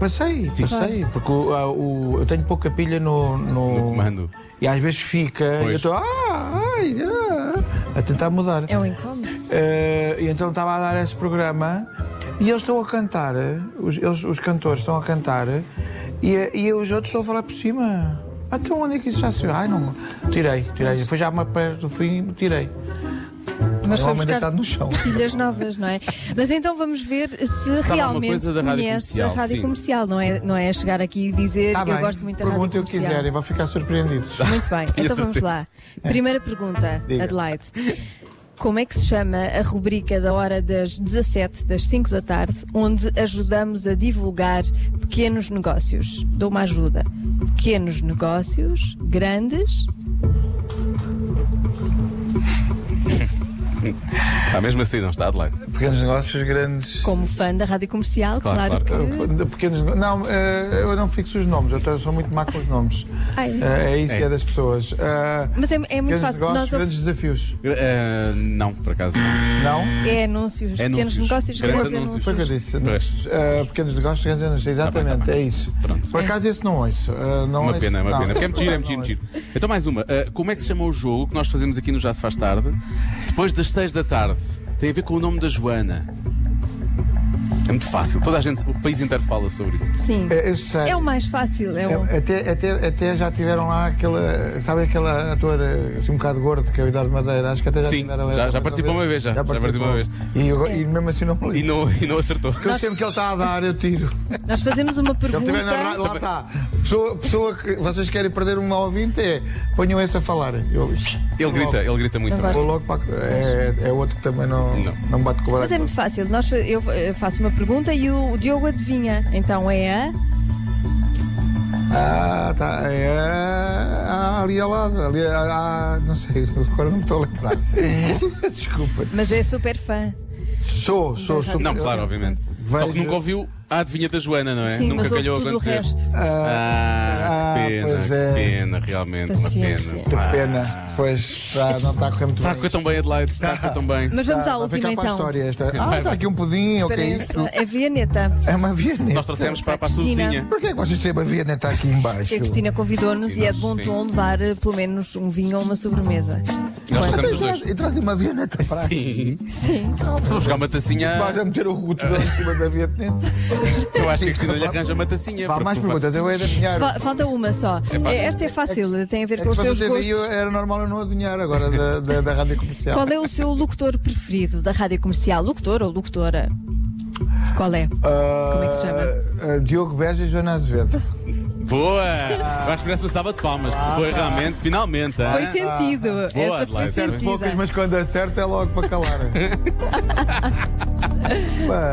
S6: Passei, passei, porque o- a- o- eu tenho pouca pilha no, no,
S7: No comando.
S6: E às vezes fica,
S7: Pois.
S6: e eu estou "Ah, ai, ah", a tentar mudar.
S4: É um incómodo.
S6: Eh, e então estava a dar esse programa e eles estão a cantar, os, eles- os cantores estão a cantar e, a- e os outros estão a falar por cima. Ah, Então onde é que isso já se. Ai, não. Tirei, tirei. Foi já mais perto do fim, tirei.
S4: Mas foi
S6: homem
S4: buscar
S6: deitado no chão.
S4: pilhas novas, não é? Mas então vamos ver se
S7: alguma
S4: realmente
S7: coisa da rádio
S4: conhece
S7: comercial,
S4: a rádio
S7: sim.
S4: comercial, não é? Não é chegar aqui e dizer
S6: Tá
S4: eu
S6: bem,
S4: gosto muito da rádio
S6: Perguntem o que
S4: comercial.
S6: quiserem, vão ficar surpreendidos.
S4: Muito bem,
S7: Tenho
S4: então vamos
S7: certeza.
S4: lá. Primeira pergunta,
S6: Diga.
S4: Adelaide. Como é que se chama a rubrica da hora das 17, das 5 da tarde, onde ajudamos a divulgar pequenos negócios? Dou uma ajuda. Pequenos negócios, grandes.
S7: Está mesmo assim, não está, Adelaide?
S6: Pequenos negócios, grandes.
S4: Como fã da rádio comercial,
S7: Claro,
S4: claro,
S7: claro.
S4: que.
S6: De pequenos. Não, eh, eu não fixo os nomes, eu tô- sou muito má com os nomes.
S4: Ai.
S6: Eh, é isso que
S7: É.
S6: é das pessoas. Eh,
S4: Mas é, é muito
S6: pequenos
S4: fácil.
S6: negócios,
S4: Nós
S6: grandes desafios.
S7: Gra- eh, não, por acaso não.
S6: Não?
S4: É anúncios,
S7: É
S4: pequenos
S7: anúncios.
S4: negócios,
S7: Grandes
S4: grandes, anúncios.
S7: anúncios.
S6: Foi o que eu disse.
S7: Pois.
S6: Eh, pequenos negócios, grandes anúncios. Exatamente,
S7: tá bem.
S6: é isso.
S7: Pronto.
S6: Por acaso esse não ouço. Eh, não
S7: Uma
S6: ouço-
S7: pena, uma
S6: não.
S7: pena. Porque é muito giro, é muito giro, muito giro. Então, mais uma. Eh, como é que se chama o jogo que nós fazemos aqui no Já Se Faz Tarde? Depois das seis da tarde. Tem a ver com o nome da Joana. É muito fácil. Toda a gente, o país inteiro fala sobre isso.
S4: Sim.
S6: É, eu sei.
S4: É o mais fácil. É o...
S6: É, Até, até, até já tiveram lá aquela. Sabe aquela ator assim, um bocado gordo que é o Eduardo Madeira? Acho que até já
S7: Sim,
S6: tiveram
S7: já, já participou uma vez, já. Já participou uma vez.
S6: E, eu-
S4: É.
S6: e mesmo assim não
S7: E não, e não acertou.
S6: Porque eu sempre que ele está a dar, eu tiro.
S4: Nós fazemos uma
S6: Se ele
S4: pergunta.
S6: estiver na ra- lá está. Pessoa, pessoa que vocês querem perder um mau ouvinte é ponham esse a falar. Eu-
S7: Ele grita, ele grita muito.
S4: Eu gosto.
S6: Vou logo para, é, é outro que também não, não. bate com o
S4: Mas é muito fácil. Nós, eu eh, faço uma pergunta e o, o Diogo adivinha. Então é a.
S6: Ah, tá. É, ah, ali ao lado. Ali, ah, ah, não sei, agora não me estou a lembrar. Desculpa.
S4: Mas é super fã.
S6: Sou, sou, sou.
S7: Não, claro, obviamente. Só que nunca ouviu a adivinha da Joana, não é?
S4: Sim,
S7: nunca
S4: mas ouve
S7: calhou a
S4: tudo o
S7: acontecer.
S4: resto.
S6: Ah,
S7: Ah, que pena,
S6: pois é.
S7: que pena, realmente,
S4: Paciência.
S7: uma
S6: Que
S7: pena.
S6: pena. Pois, tá, não está a correr muito
S7: Está a
S6: bem.
S7: correr tão bem, Adelaide, está a correr tão bem.
S4: Mas vamos
S6: Tá,
S4: à
S6: vai
S4: última
S6: ficar para a
S4: então.
S6: história esta. Ah,
S7: Vai,
S6: está
S7: vai.
S6: aqui um pudim, ou o que é
S4: Diferença.
S6: isto?
S4: É Vianeta.
S6: É uma vianeta.
S7: Nós trouxemos para, para a
S4: Cristina.
S7: Suzinha.
S6: Porquê é que vocês têm uma vianeta aqui embaixo?
S4: é A Cristina convidou-nos e é de bom
S7: Sim.
S4: tom levar eh, pelo menos um vinho ou uma sobremesa.
S7: Nós trouxemos os dois.
S6: E trazem uma vianeta para aqui.
S7: Sim.
S4: Sim.
S7: Se vamos jogar uma tacinha,
S6: Vais a meter o cotovelo em cima da vianeta.
S7: eu acho que a Cristina lhe arranja uma tacinha.
S6: Vá,
S7: porque
S6: mais
S7: É tu vai-
S6: perguntas. Eu ia adivinhar.
S4: Fa- Falta uma só.
S7: fácil.
S4: Eh, Esta é fácil, tem a ver com
S6: É que
S4: os
S6: se
S4: seus
S6: vocês
S4: gostos.
S6: aí, eu- era normal eu não adivinhar agora da, da, da rádio comercial.
S7: Então.
S4: Qual é o seu locutor preferido da rádio comercial? Locutor ou locutora? Qual é? Como é que se chama?
S6: Ah, ah, Diogo Beja e Joana Azevedo.
S7: Boa!
S6: Ah.
S7: Eu acho que parece uma salva de palmas, porque foi realmente, finalmente. hã?
S4: Foi sentido.
S7: Ah, Boa,
S4: Essa foi
S7: Adelaide.
S6: Certo poucas,
S4: sentida.
S6: mas quando acerta é logo para calar. Pá,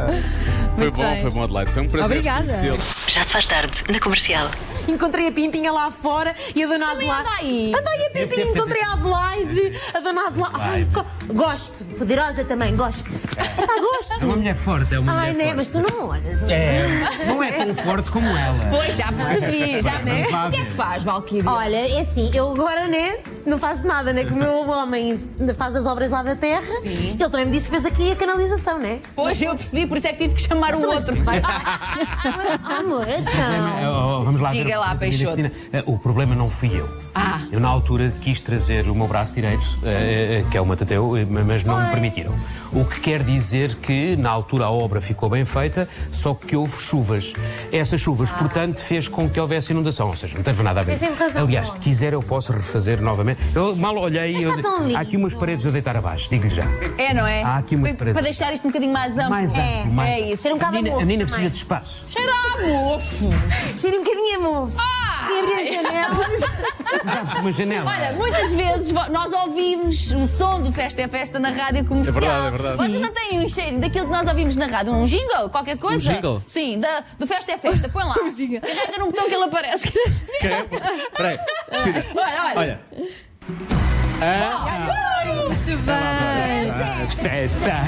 S7: Foi
S4: Muito
S7: bom,
S4: bem.
S7: foi bom, Adelaide. Foi um prazer.
S4: Obrigada.
S7: conhecê-lo.
S1: Já se faz tarde na comercial.
S12: Encontrei a Pimpinha lá fora e a dona
S8: Também
S12: Adelaide.
S8: anda aí.
S12: Anda aí a Pimpinha, encontrei a Adelaide. A dona Adelaide. Ai, go- gosto. Poderosa também, gosto. Ah, gosto.
S3: Uma mulher forte, é uma
S12: Ai,
S3: mulher
S12: né?
S3: forte.
S12: Mas tu não olhas.
S3: É, não é tão forte como ela.
S8: Pois, já percebi, já percebi.
S3: Vá
S8: O que é
S3: ver.
S8: que faz, Valkyrie?
S12: Olha, é assim, eu agora, né? Não faço nada, né? Que o meu homem faz as obras lá da terra.
S8: Sim.
S12: Ele também me disse que fez aqui a canalização, né?
S8: Pois, eu percebi, por isso é que tive que chamar
S7: Então,
S8: o outro.
S12: Ah, amor,
S3: É,
S12: então.
S3: ó, Vamos lá
S8: Diga
S3: ver.
S8: lá,
S3: a coisa da
S8: Peixoto.
S3: Cristina. Eh, O problema não fui eu.
S8: Ah.
S3: Eu, na altura, quis trazer o meu braço direito, eh, eh, que é o Matateu, eh, mas não me permitiram. O que quer dizer que, na altura, a obra ficou bem feita, só que houve chuvas. Essas chuvas, portanto, fez com que houvesse inundação, ou seja, não teve nada a ver.
S12: Ah. Mas tem razão.
S3: Aliás, se quiser, eu posso refazer novamente. Eu mal olhei e
S12: Mas
S3: eu
S12: está tão
S3: disse,
S12: lindo. Então,
S3: há aqui umas paredes a deitar abaixo, digo-lhe já.
S8: É, não é?
S3: Há aqui umas
S8: Foi
S3: paredes.
S8: Para deixar isto um bocadinho mais amplo.
S3: Mais
S8: é,
S3: amplo, mais
S8: é
S3: amplo.
S8: isso.
S12: Cheira um
S3: A
S12: bocado a
S3: Nina, a
S12: mofo,
S3: Nina
S12: mãe.
S3: precisa de espaço.
S8: Cheira a mofo.
S12: Cheira um bocadinho a mofo.
S8: Ah!
S12: Sem abrir as janelas.
S3: Sabes, uma janela.
S8: Olha, muitas vezes vo- nós ouvimos o som do Festa é Festa na rádio comercial.
S7: É verdade, é verdade.
S8: Vocês não têm um cheiro daquilo que nós ouvimos na rádio? Um jingle? Qualquer coisa?
S7: Um jingle?
S8: Sim, da- do Festa é Festa. Põe
S3: Um
S8: lá.
S4: jingle.
S8: Carrega num botão que ele aparece.
S7: Que é bom. Espera aí, Cristina,
S8: olha, olha.
S7: olha.
S4: Muito bem.
S7: Ah, é
S3: Festa.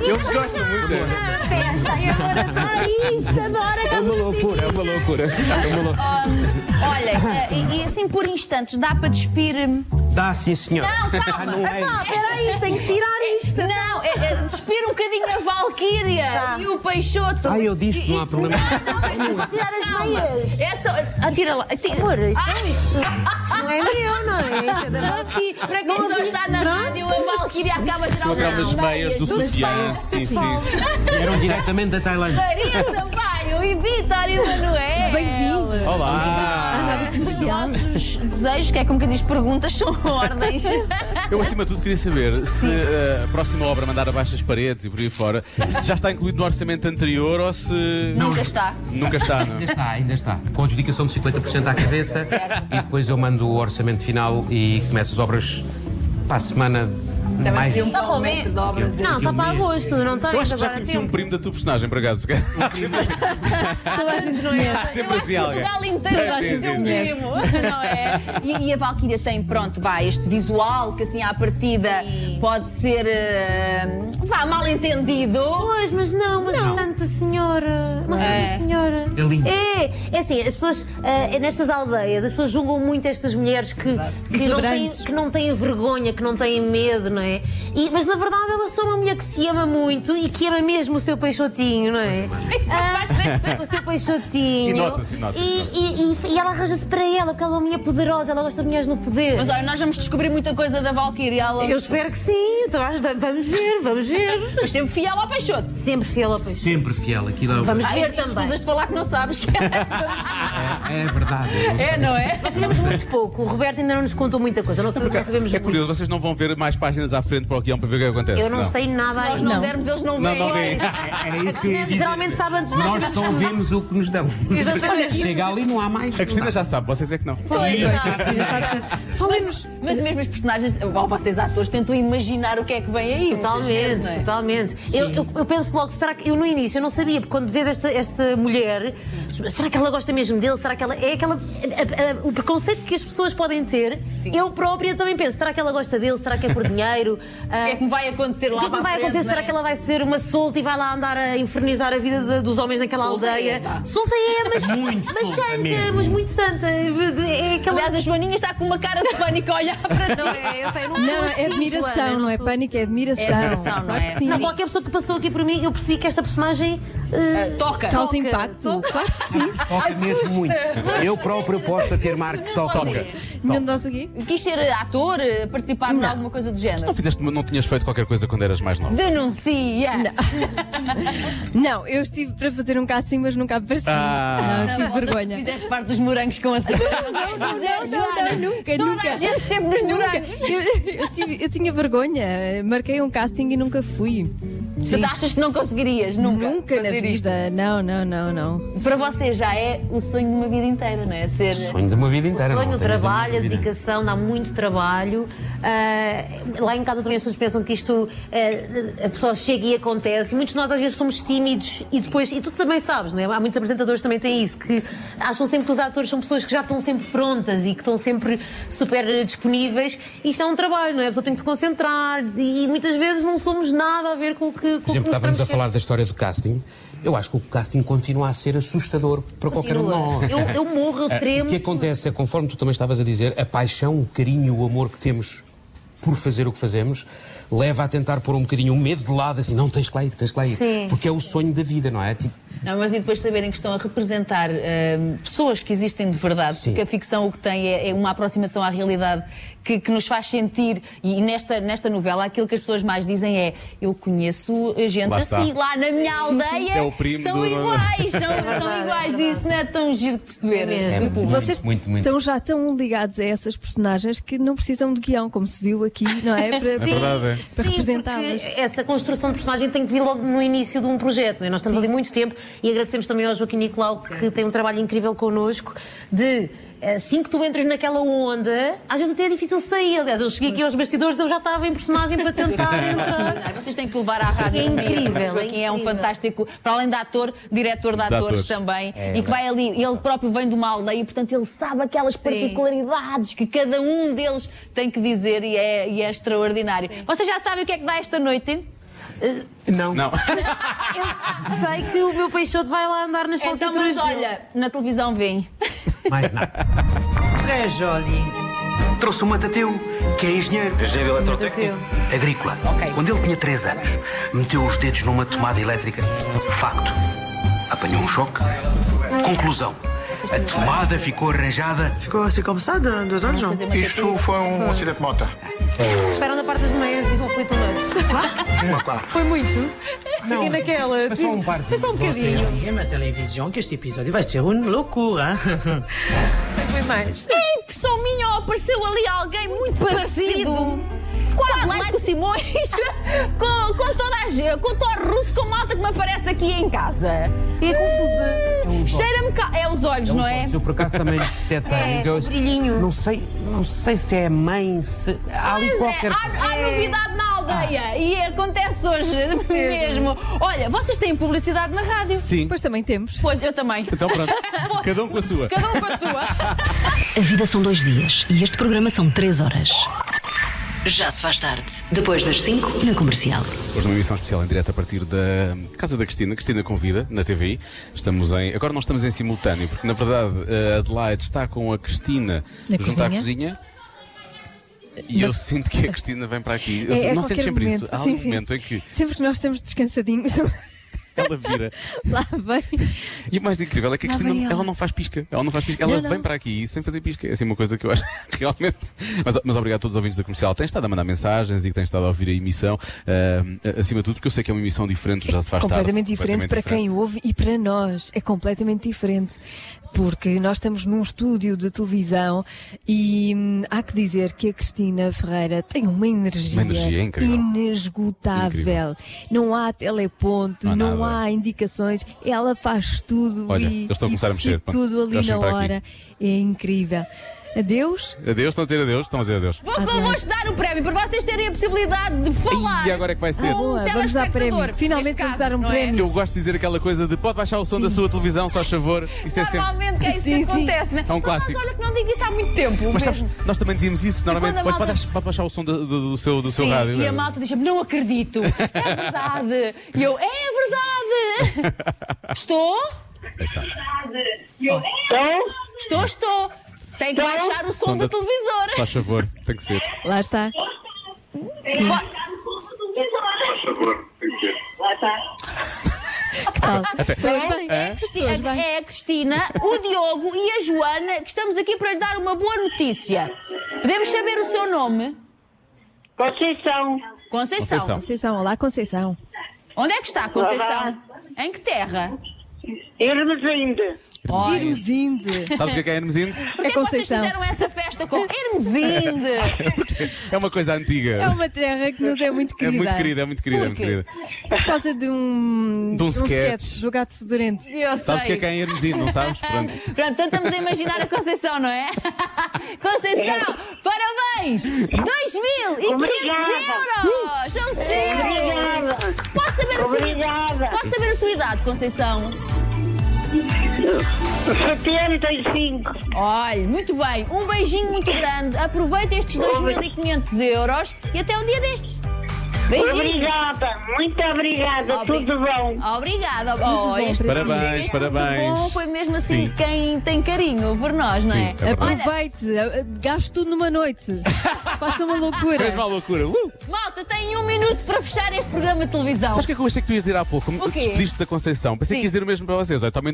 S7: Eles gostam muito.
S12: Festa, ai, amor, adoro isto, adoro a
S3: É uma loucura, é uma loucura. É uma loucura.
S8: Olha, e, e assim por instantes dá para despir. Não,
S3: Dá, sim, senhor.
S8: calma.
S3: não é.
S12: Ah, peraí, tenho que tirar isto.
S8: Não, é, é despir um bocadinho a Valquíria
S12: Tá.
S8: e o Peixoto.
S3: Ah, eu disse que não há
S8: E- e-
S3: problema.
S8: Não, não,
S12: Tens que tirar as
S8: Calma.
S12: meias.
S8: É só. Atira lá. Atira.
S12: Amor, isto
S8: Ah!
S12: é isto. Isto não é meu, não é? Isto é da Valky.
S8: Para quem só está na rádio, a Valkyria acaba de tirar o
S7: Aquelas meias do sutiã. Sim, sim.
S3: Vieram diretamente da Tailândia.
S8: Maria Sampaio e Vítor Emanuel.
S4: Bem-vindo.
S7: Olá!
S4: Comercial.
S8: Os desejos, que é como quem diz perguntas, são ordens.
S7: Eu, acima de tudo, queria saber se eh, a próxima obra mandar abaixo as paredes e por aí fora, se já está incluído no orçamento anterior ou se.
S8: Nunca está.
S7: Nunca está, não? é?
S3: Ainda está, ainda está. Com a adjudicação de 50% à cabeça. E depois eu mando o orçamento final e começo as obras para a semana.
S8: Também
S3: mais...
S8: seria um
S12: Tá bom,
S8: bom mestre de obras.
S12: Não, só para agosto, não
S7: Eu
S12: tens
S7: acho que já
S12: agora
S7: conheci um
S12: tempo.
S7: primo da tua personagem, por acaso.
S4: Toda a gente é conhece.
S8: Eu
S7: Sempre
S8: acho que
S7: assim alguém.
S8: Portugal inteiro vai
S7: Sim,
S8: ser um
S7: sim, sim.
S8: mimo, não é? E, e a Valkyria tem, pronto, vá, este visual que assim à partida pode ser, eh, vá, mal entendido.
S12: Pois, mas não, mas Santa Senhora. Mas Santa Senhora.
S3: É lindo.
S12: É, é assim, as pessoas, ah, nestas aldeias, as pessoas julgam muito estas mulheres que, que, não têm,
S4: Exuberantes.
S12: que não têm vergonha, que não têm medo, não é? E- mas na verdade ela é só uma mulher que se ama muito e que ama mesmo o seu peixotinho, não é? Ah, o seu peixotinho.
S7: E nota-se, nota-se,
S12: E- e- e- e ela arranja-se para ela, porque ela é uma mulher poderosa, ela gosta de mulheres no poder.
S8: Mas olha, nós vamos descobrir muita coisa da Valkyria. Ela...
S12: Eu espero que sim. Sim, tá- va- vamos ver, vamos ver.
S8: Mas sempre fiel ao Peixoto.
S12: Sempre fiel ao Peixoto.
S3: Sempre fiel, aquilo é o-
S12: Vamos
S8: Ah, e
S12: ver também.
S8: Escusas de falar que não sabes que
S3: É, é verdade. eu não sei.
S8: é, não é?
S12: Nós sabemos muito pouco. O Roberto ainda não nos contou muita coisa. Não, sabe- não sabemos
S7: É
S12: muito.
S7: curioso, vocês não vão ver mais páginas à frente para o guião para ver o que acontece.
S12: Eu não, sei nada
S8: Nós
S12: ainda.
S8: não, dermos, eles não
S7: Não,
S8: vêm.
S7: não vê.
S3: Era isso que eu ia dizer.
S12: Geralmente sabe antes de nós.
S3: Nós só vimos o que nos dão.
S12: Exatamente.
S3: Chega ali, não há mais.
S7: A Cristina já sabe, vocês é que não.
S8: Pois, não.
S12: Falemos.
S8: Mas mesmo os personagens, ou vocês atores, tentam imaginar o que é que vem aí. muitas
S12: Totalmente,
S8: vezes, não é?
S12: totalmente. Eu, eu, eu penso logo, será que. Eu no início eu não sabia, porque quando vês esta, esta mulher, será que ela gosta mesmo dele? Será que ela. É aquela. a- a- o preconceito que as pessoas podem ter, eu própria também penso, será que ela gosta dele? Será que é por dinheiro?
S8: O que é que me vai acontecer lá
S12: O que é que
S8: para a
S12: vai
S8: frente,
S12: acontecer?
S8: não
S12: Será
S8: é?
S12: que ela vai ser uma solta e vai lá andar a infernizar a vida de- dos homens naquela
S8: Solta é,
S12: aldeia?
S8: pá.
S12: solta é, mas,
S3: Muito
S12: mas
S3: solta
S12: santa,
S3: mesmo.
S12: mas muito santa. É aquela.
S8: Aliás, a Joaninha está com uma cara de pânico a olhar para
S12: não é, eu sei, eu não,
S4: Não,
S12: sou
S4: é
S12: assim, Joana, eu
S4: admiração, não é
S12: sou
S4: pânico, é admiração.
S8: É admiração, não
S4: Claro
S8: é?
S4: que sim.
S12: Não, qualquer pessoa que passou aqui por mim, eu percebi que esta personagem eh,
S8: Toca.
S4: Causa impacto, claro que sim.
S3: Toca mesmo muito. Eu próprio posso afirmar que só toca.
S4: Nenhum de nós aqui.
S8: Quis ser ator, eh, participar de alguma coisa do género.
S7: Não fizeste, não tinhas feito qualquer coisa quando eras mais nova.
S8: Denuncia!
S4: Não, eu estive para fazer um casting, mas nunca apareci.
S7: Ah.
S4: não, eu
S8: Não,
S4: tive
S8: voltas-
S4: vergonha.
S8: Fizeste parte dos morangos com açúcar. Não, queres
S4: Não,
S8: dizer,
S4: não,
S8: Joana?
S4: não, nunca,
S8: Toda
S4: nunca.
S8: a gente esteve nos
S4: Nunca.
S8: morangos.
S4: Eu, eu tive- eu tinha vergonha. Marquei um casting e nunca fui. Sim.
S8: Tu achas que não conseguirias nunca,
S4: Nunca na
S8: fazer isto?
S4: vida. Não, não, não, não.
S8: Para você já é o sonho de uma vida inteira, não é? Ser...
S3: Sonho de uma vida
S12: O
S3: inteira.
S12: sonho,
S3: não
S12: o
S3: tenho
S12: trabalho, a
S3: vida.
S12: dedicação, dá muito trabalho. Ah, lá em casa também as pessoas pensam que isto ah, a pessoa chega e acontece. Muitos de nós às vezes somos tímidos e depois, e tu também sabes, não é? Há muitos apresentadores que também têm isso, que acham sempre que os atores são pessoas que já estão sempre prontas e que estão sempre super eh, disponíveis. Isto é um trabalho, não é? A pessoa tem que se concentrar e, e muitas vezes não somos nada a ver com o que, com o que é.
S3: Por exemplo,
S12: nos
S3: estávamos a
S12: estamos
S3: falar da história do casting. Eu acho que o casting continua a ser assustador para qualquer um de
S12: Continua.
S3: nós.
S12: Eu, eu morro, eu
S3: Ah, O
S12: tremo.
S3: que acontece é, conforme tu também estavas a dizer, a paixão, o carinho, o amor que temos por fazer o que fazemos, leva a tentar pôr um bocadinho o medo de lado, assim, não, tens que lá ir, tens que lá ir.
S12: Sim.
S3: Porque é o sonho da vida, não é? Tipo,
S8: Não, mas e depois saberem que estão a representar hum, pessoas que existem de verdade,
S3: Sim.
S8: porque a ficção o que tem é, é uma aproximação à realidade que, que nos faz sentir. E nesta, nesta novela, aquilo que as pessoas mais dizem é: eu conheço gente
S7: Lá está.
S8: assim, lá na minha aldeia,
S7: É o primo
S8: são
S7: do-
S8: iguais, são, são
S12: verdade,
S8: iguais.
S12: é
S8: E isso não é tão giro de perceber.
S12: mesmo.
S3: é
S8: Do
S3: muito,
S8: público.
S3: muito, muito, muito.
S4: Estão já tão ligados a essas personagens que não precisam de guião, como se viu aqui, não é? Para,
S7: verdade, é.
S4: para
S12: Sim,
S4: representá-las.
S8: é-
S12: porque Essa construção de personagem tem que vir logo no início de um projeto. Não é? Nós estamos ali muito tempo e agradecemos também ao Joaquim Nicolau, que tem um trabalho incrível connosco, de assim que tu entras naquela onda, às vezes até é difícil sair. Aliás, eu cheguei aqui aos bastidores, eu já estava em personagem para tentar entrar.
S8: Vocês têm que levar à rádio
S12: É
S8: um dia,
S12: incrível,
S8: porque o Joaquim é,
S12: é
S8: um
S12: incrível.
S8: fantástico, para além de ator, diretor de atores,
S7: atores.
S8: também, e que vai ali, ele próprio vem de uma aldeia, e, portanto ele sabe aquelas particularidades que cada um deles tem que dizer e é, e é extraordinário. Vocês já sabem o que é que dá esta noite?
S3: Não.
S7: Não.
S12: Eh, Eu sei que o meu Peixoto vai lá andar nas
S8: Então,
S12: falcatruas
S8: mas
S12: dele.
S8: olha, na televisão vem.
S3: mais nada.
S16: Rejoli.
S17: Trouxe o Matateu, que é engenheiro. Engenheiro eletrotécnico. Agrícola.
S8: Ok.
S17: Quando ele tinha 3 anos, meteu os dedos numa tomada elétrica. Facto. Apanhou um choque. Conclusão. A tomada ficou arranjada.
S16: Ficou assim como sabe, durante dois anos, não?
S8: Fazer uma
S6: Isto foi um acidente de moto.
S12: Gostaram da parte das meias e não foi tão longe. Foi muito. Fiquei naquela.
S3: Foi só um parzinho.
S12: Foi só um bocadinho.
S16: na televisão que este episódio vai ser uma loucura.
S12: Foi mais.
S8: Ei, impressão minha, ou apareceu ali alguém muito parecido.
S12: Parecido.
S8: Com a Blanco Simões, com, com toda a gente, com todo o russo, com malta que me aparece aqui em casa.
S12: E a confusão.
S4: um
S8: Hum, Cheira-me cá. É os olhos, não é? um
S3: Se eu por acaso também detetei. eu-
S12: brilhinho.
S3: Não sei, não sei se é a mãe, se. Há ali
S8: Mas é,
S3: qualquer.
S8: há, há novidade na aldeia
S4: Ah.
S8: e acontece hoje
S4: É
S8: mesmo. Olha, vocês têm publicidade na rádio.
S7: Sim.
S4: Depois também temos.
S8: Pois, eu também.
S7: Então pronto. Cada um com a sua.
S8: Cada um com a sua.
S1: A vida são dois dias e este programa são três horas. Já se faz tarde. Depois das cinco, na comercial.
S7: Hoje numa emissão especial em direto a partir da Casa da Cristina. Cristina convida na TVI. Estamos em. Agora não estamos em simultâneo, porque na verdade a Adelaide está com a Cristina
S4: Na
S7: junto à cozinha. E eu sinto que a Cristina vem para aqui. Eu
S4: É- é
S7: não
S4: qualquer
S7: sentes sempre
S4: momento.
S7: isso. Há
S4: Sim,
S7: um
S4: sim.
S7: momento em que.
S4: Sempre que nós estamos descansadinhos.
S7: Ela vira.
S4: Lá vem.
S7: E o mais incrível é que a
S4: Lá
S7: Cristina
S4: vem
S7: não,
S4: ela.
S7: ela não faz pisca. Ela não faz pisca. Ela
S4: Não, não.
S7: vem para aqui sem fazer pisca. É assim uma coisa que eu acho que realmente. Mas, mas obrigado a todos os ouvintes da comercial. Tens estado a mandar mensagens e que tens estado a ouvir a emissão. ah, acima de tudo, porque eu sei que é uma emissão diferente, já se faz tarde.
S4: completamente diferente para quem ouve e para nós. É completamente diferente. Porque nós estamos num estúdio de televisão e hum, há que dizer que a Cristina Ferreira tem uma energia,
S7: Uma energia incrível.
S4: inesgotável.
S7: Incrível.
S4: Não há teleponto,
S7: Não há
S4: não,
S7: nada.
S4: há indicações. Ela faz tudo
S7: Olha,
S4: e,
S7: eles estão
S4: e
S7: a começar a
S4: decide
S7: mexer. Pronto,
S4: tudo ali
S7: eles
S4: na
S7: vêm para aqui.
S4: hora. É incrível. Adeus.
S7: Adeus, estão a dizer adeus, estão a dizer adeus.
S8: Vou convosco dar um prémio para vocês terem a possibilidade de falar.
S7: E agora é que vai ser.
S8: Com um
S4: Boa, vamos dar prémio.
S8: telespectador,
S4: Finalmente
S8: neste
S4: vamos
S8: caso,
S4: dar um
S8: não é?
S4: prémio.
S7: Eu gosto de dizer aquela coisa de pode baixar o som da sua televisão, só a favor. Isso é sempre.
S8: Normalmente que é isso que acontece, né?
S7: É um clássico.
S8: Mas olha que não digo isto há muito tempo.
S7: Mas sabes,
S8: mesmo.
S7: nós também dizíamos isso, normalmente.
S8: quando a
S7: Pode,
S8: malta-
S7: pode- pode baixar o som do, do- do seu, do seu
S8: Sim,
S7: rádio. né?
S8: e a malta diz-me, não acredito, é verdade. E eu, é verdade. Estou?
S7: Aí está.
S8: Estou? Estou, estou. Tem que baixar o som, da, televisora.
S7: Só a favor, tem que ser.
S4: Lá está. Sim. Que tal?
S7: Até-
S4: Soas bem?
S8: É a, Cristi-
S4: Soas bem?
S8: é a Cristina, o Diogo e a Joana, que estamos aqui para lhe dar uma boa notícia. Podemos saber o seu nome? Conceição. Conceição.
S4: Conceição, olá Conceição.
S8: Onde é que está, Conceição? Em que terra?
S18: Irmesinde.
S4: Irmesinde.
S7: Sabes o que é que é Hermes Indes?
S8: Porquê que vocês fizeram essa festa com Hermesinde?
S7: É uma coisa antiga.
S4: É uma terra que nos é muito
S7: É
S4: querida.
S7: muito querida, é muito querida, é muito
S4: Porquê?
S7: querida.
S4: Por causa de um,
S7: De um sketch.
S4: do gato fedorento.
S8: Eu
S7: Sabes o que é que é em Hermesino, não sabes? Pronto.
S8: Pronto, então estamos a imaginar a Conceição, não é? Conceição, parabéns! 2.500
S18: Obrigada.
S8: euros! São
S18: Obrigada.
S8: seus! Posso saber, a sua idade? Posso saber a sua idade, Conceição? 75. Olha, muito bem. Um beijinho muito grande. Aproveita estes 2.500 euros e até um dia destes. Beijinho.
S18: Obrigada, muito obrigada, tudo bom.
S8: Obrigada,
S18: Tudo bom
S8: oh, este-
S18: para si. Parabéns,
S8: este tudo
S18: parabéns.
S8: bom foi mesmo assim
S18: Sim.
S8: quem tem carinho por nós, não é?
S7: Sim, é verdade.
S8: Olha,
S4: Aproveite, gaste tudo numa noite. Faça uma loucura.
S7: Fez uma loucura. Uh!
S8: Malta, tem um minuto para fechar este programa de televisão.
S7: Sabes o que é que eu achei que tu ias dizer há pouco? Como
S8: O
S7: tu
S8: quê?
S7: despediste da Conceição. Pensei que ias dizer o mesmo para vocês. Olha, tomem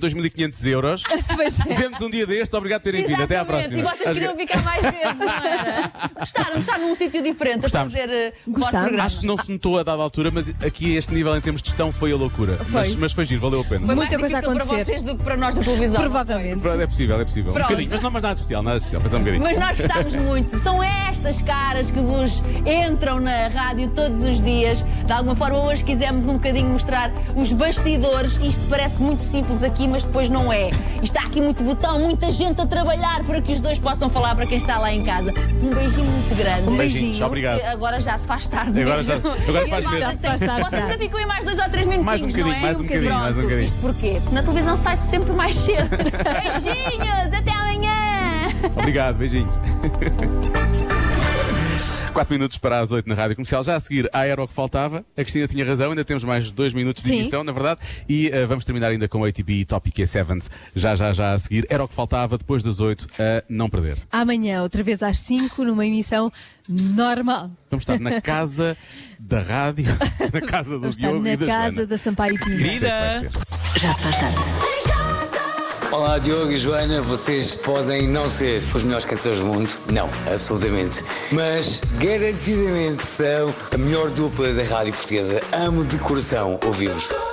S7: 2.500 euros.
S4: é.
S7: Vemos um dia destes. Obrigado por terem vindo. Até à
S8: Exatamente.
S7: próxima.
S8: E vocês queriam ficar mais vezes, não era? Gostaram de estar num sítio diferente
S7: Gostámos.
S8: a fazer eh, o vosso programa.
S7: Acho que não se notou a dada altura, mas aqui a este nível em termos de gestão foi a loucura.
S8: Foi.
S7: Mas, mas foi giro, valeu a pena.
S8: Foi mais difícil para vocês do que para nós da televisão.
S4: Provavelmente.
S7: Pronto, É possível, é possível.
S8: Pronto.
S7: Um bocadinho, mas não mas nada especial, nada especial. Foi só um bocadinho.
S8: Mas nós gostávamos muito. São estas caras que vos entram na rádio todos os dias. De alguma forma, hoje quisemos um bocadinho mostrar os bastidores. Isto parece muito simples aqui, mas depois não é. E Está aqui muito botão, muita gente a trabalhar para que os dois possam falar para quem está lá em casa. Um beijinho muito grande.
S7: Um beijinho, obrigado.
S8: Que Agora já se faz tarde.
S7: Agora
S8: mesmo.
S7: já- agora
S8: E
S7: faz
S8: a malta
S7: mesmo.
S8: tem-
S7: Já se faz tarde,
S8: Vocês
S7: já.
S8: ainda ficam em mais dois ou três minutinhos,
S7: Mais um
S8: não é?
S7: bocadinho, mais um bocadinho, mais um
S8: Pronto.
S7: bocadinho.
S8: Isto porquê? Porque na televisão sai-se sempre mais cedo. Beijinhos, até amanhã!
S7: Obrigado, beijinhos. 4 minutos para as 8 na Rádio Comercial. Já a seguir, ah, era o que faltava. A Cristina tinha razão, ainda temos mais dois minutos de
S19: Sim.
S7: emissão, na verdade. E ah, vamos terminar ainda com o ATP e Topic E7s. Já, já, já a seguir. Era o que faltava, depois das 8, a não perder.
S4: Amanhã, outra vez às 5, numa emissão normal.
S7: Vamos estar na casa da rádio, na casa do
S4: Vamos estar
S7: Diogo e
S4: na
S7: da
S4: casa
S7: Joana. é
S4: da Sampaio Pinto. Já se faz tarde.
S12: Olá Diogo e Joana, vocês podem não ser os melhores cantores do mundo, não, absolutamente, mas garantidamente são a melhor dupla da rádio portuguesa. Amo de coração ouvir-vos.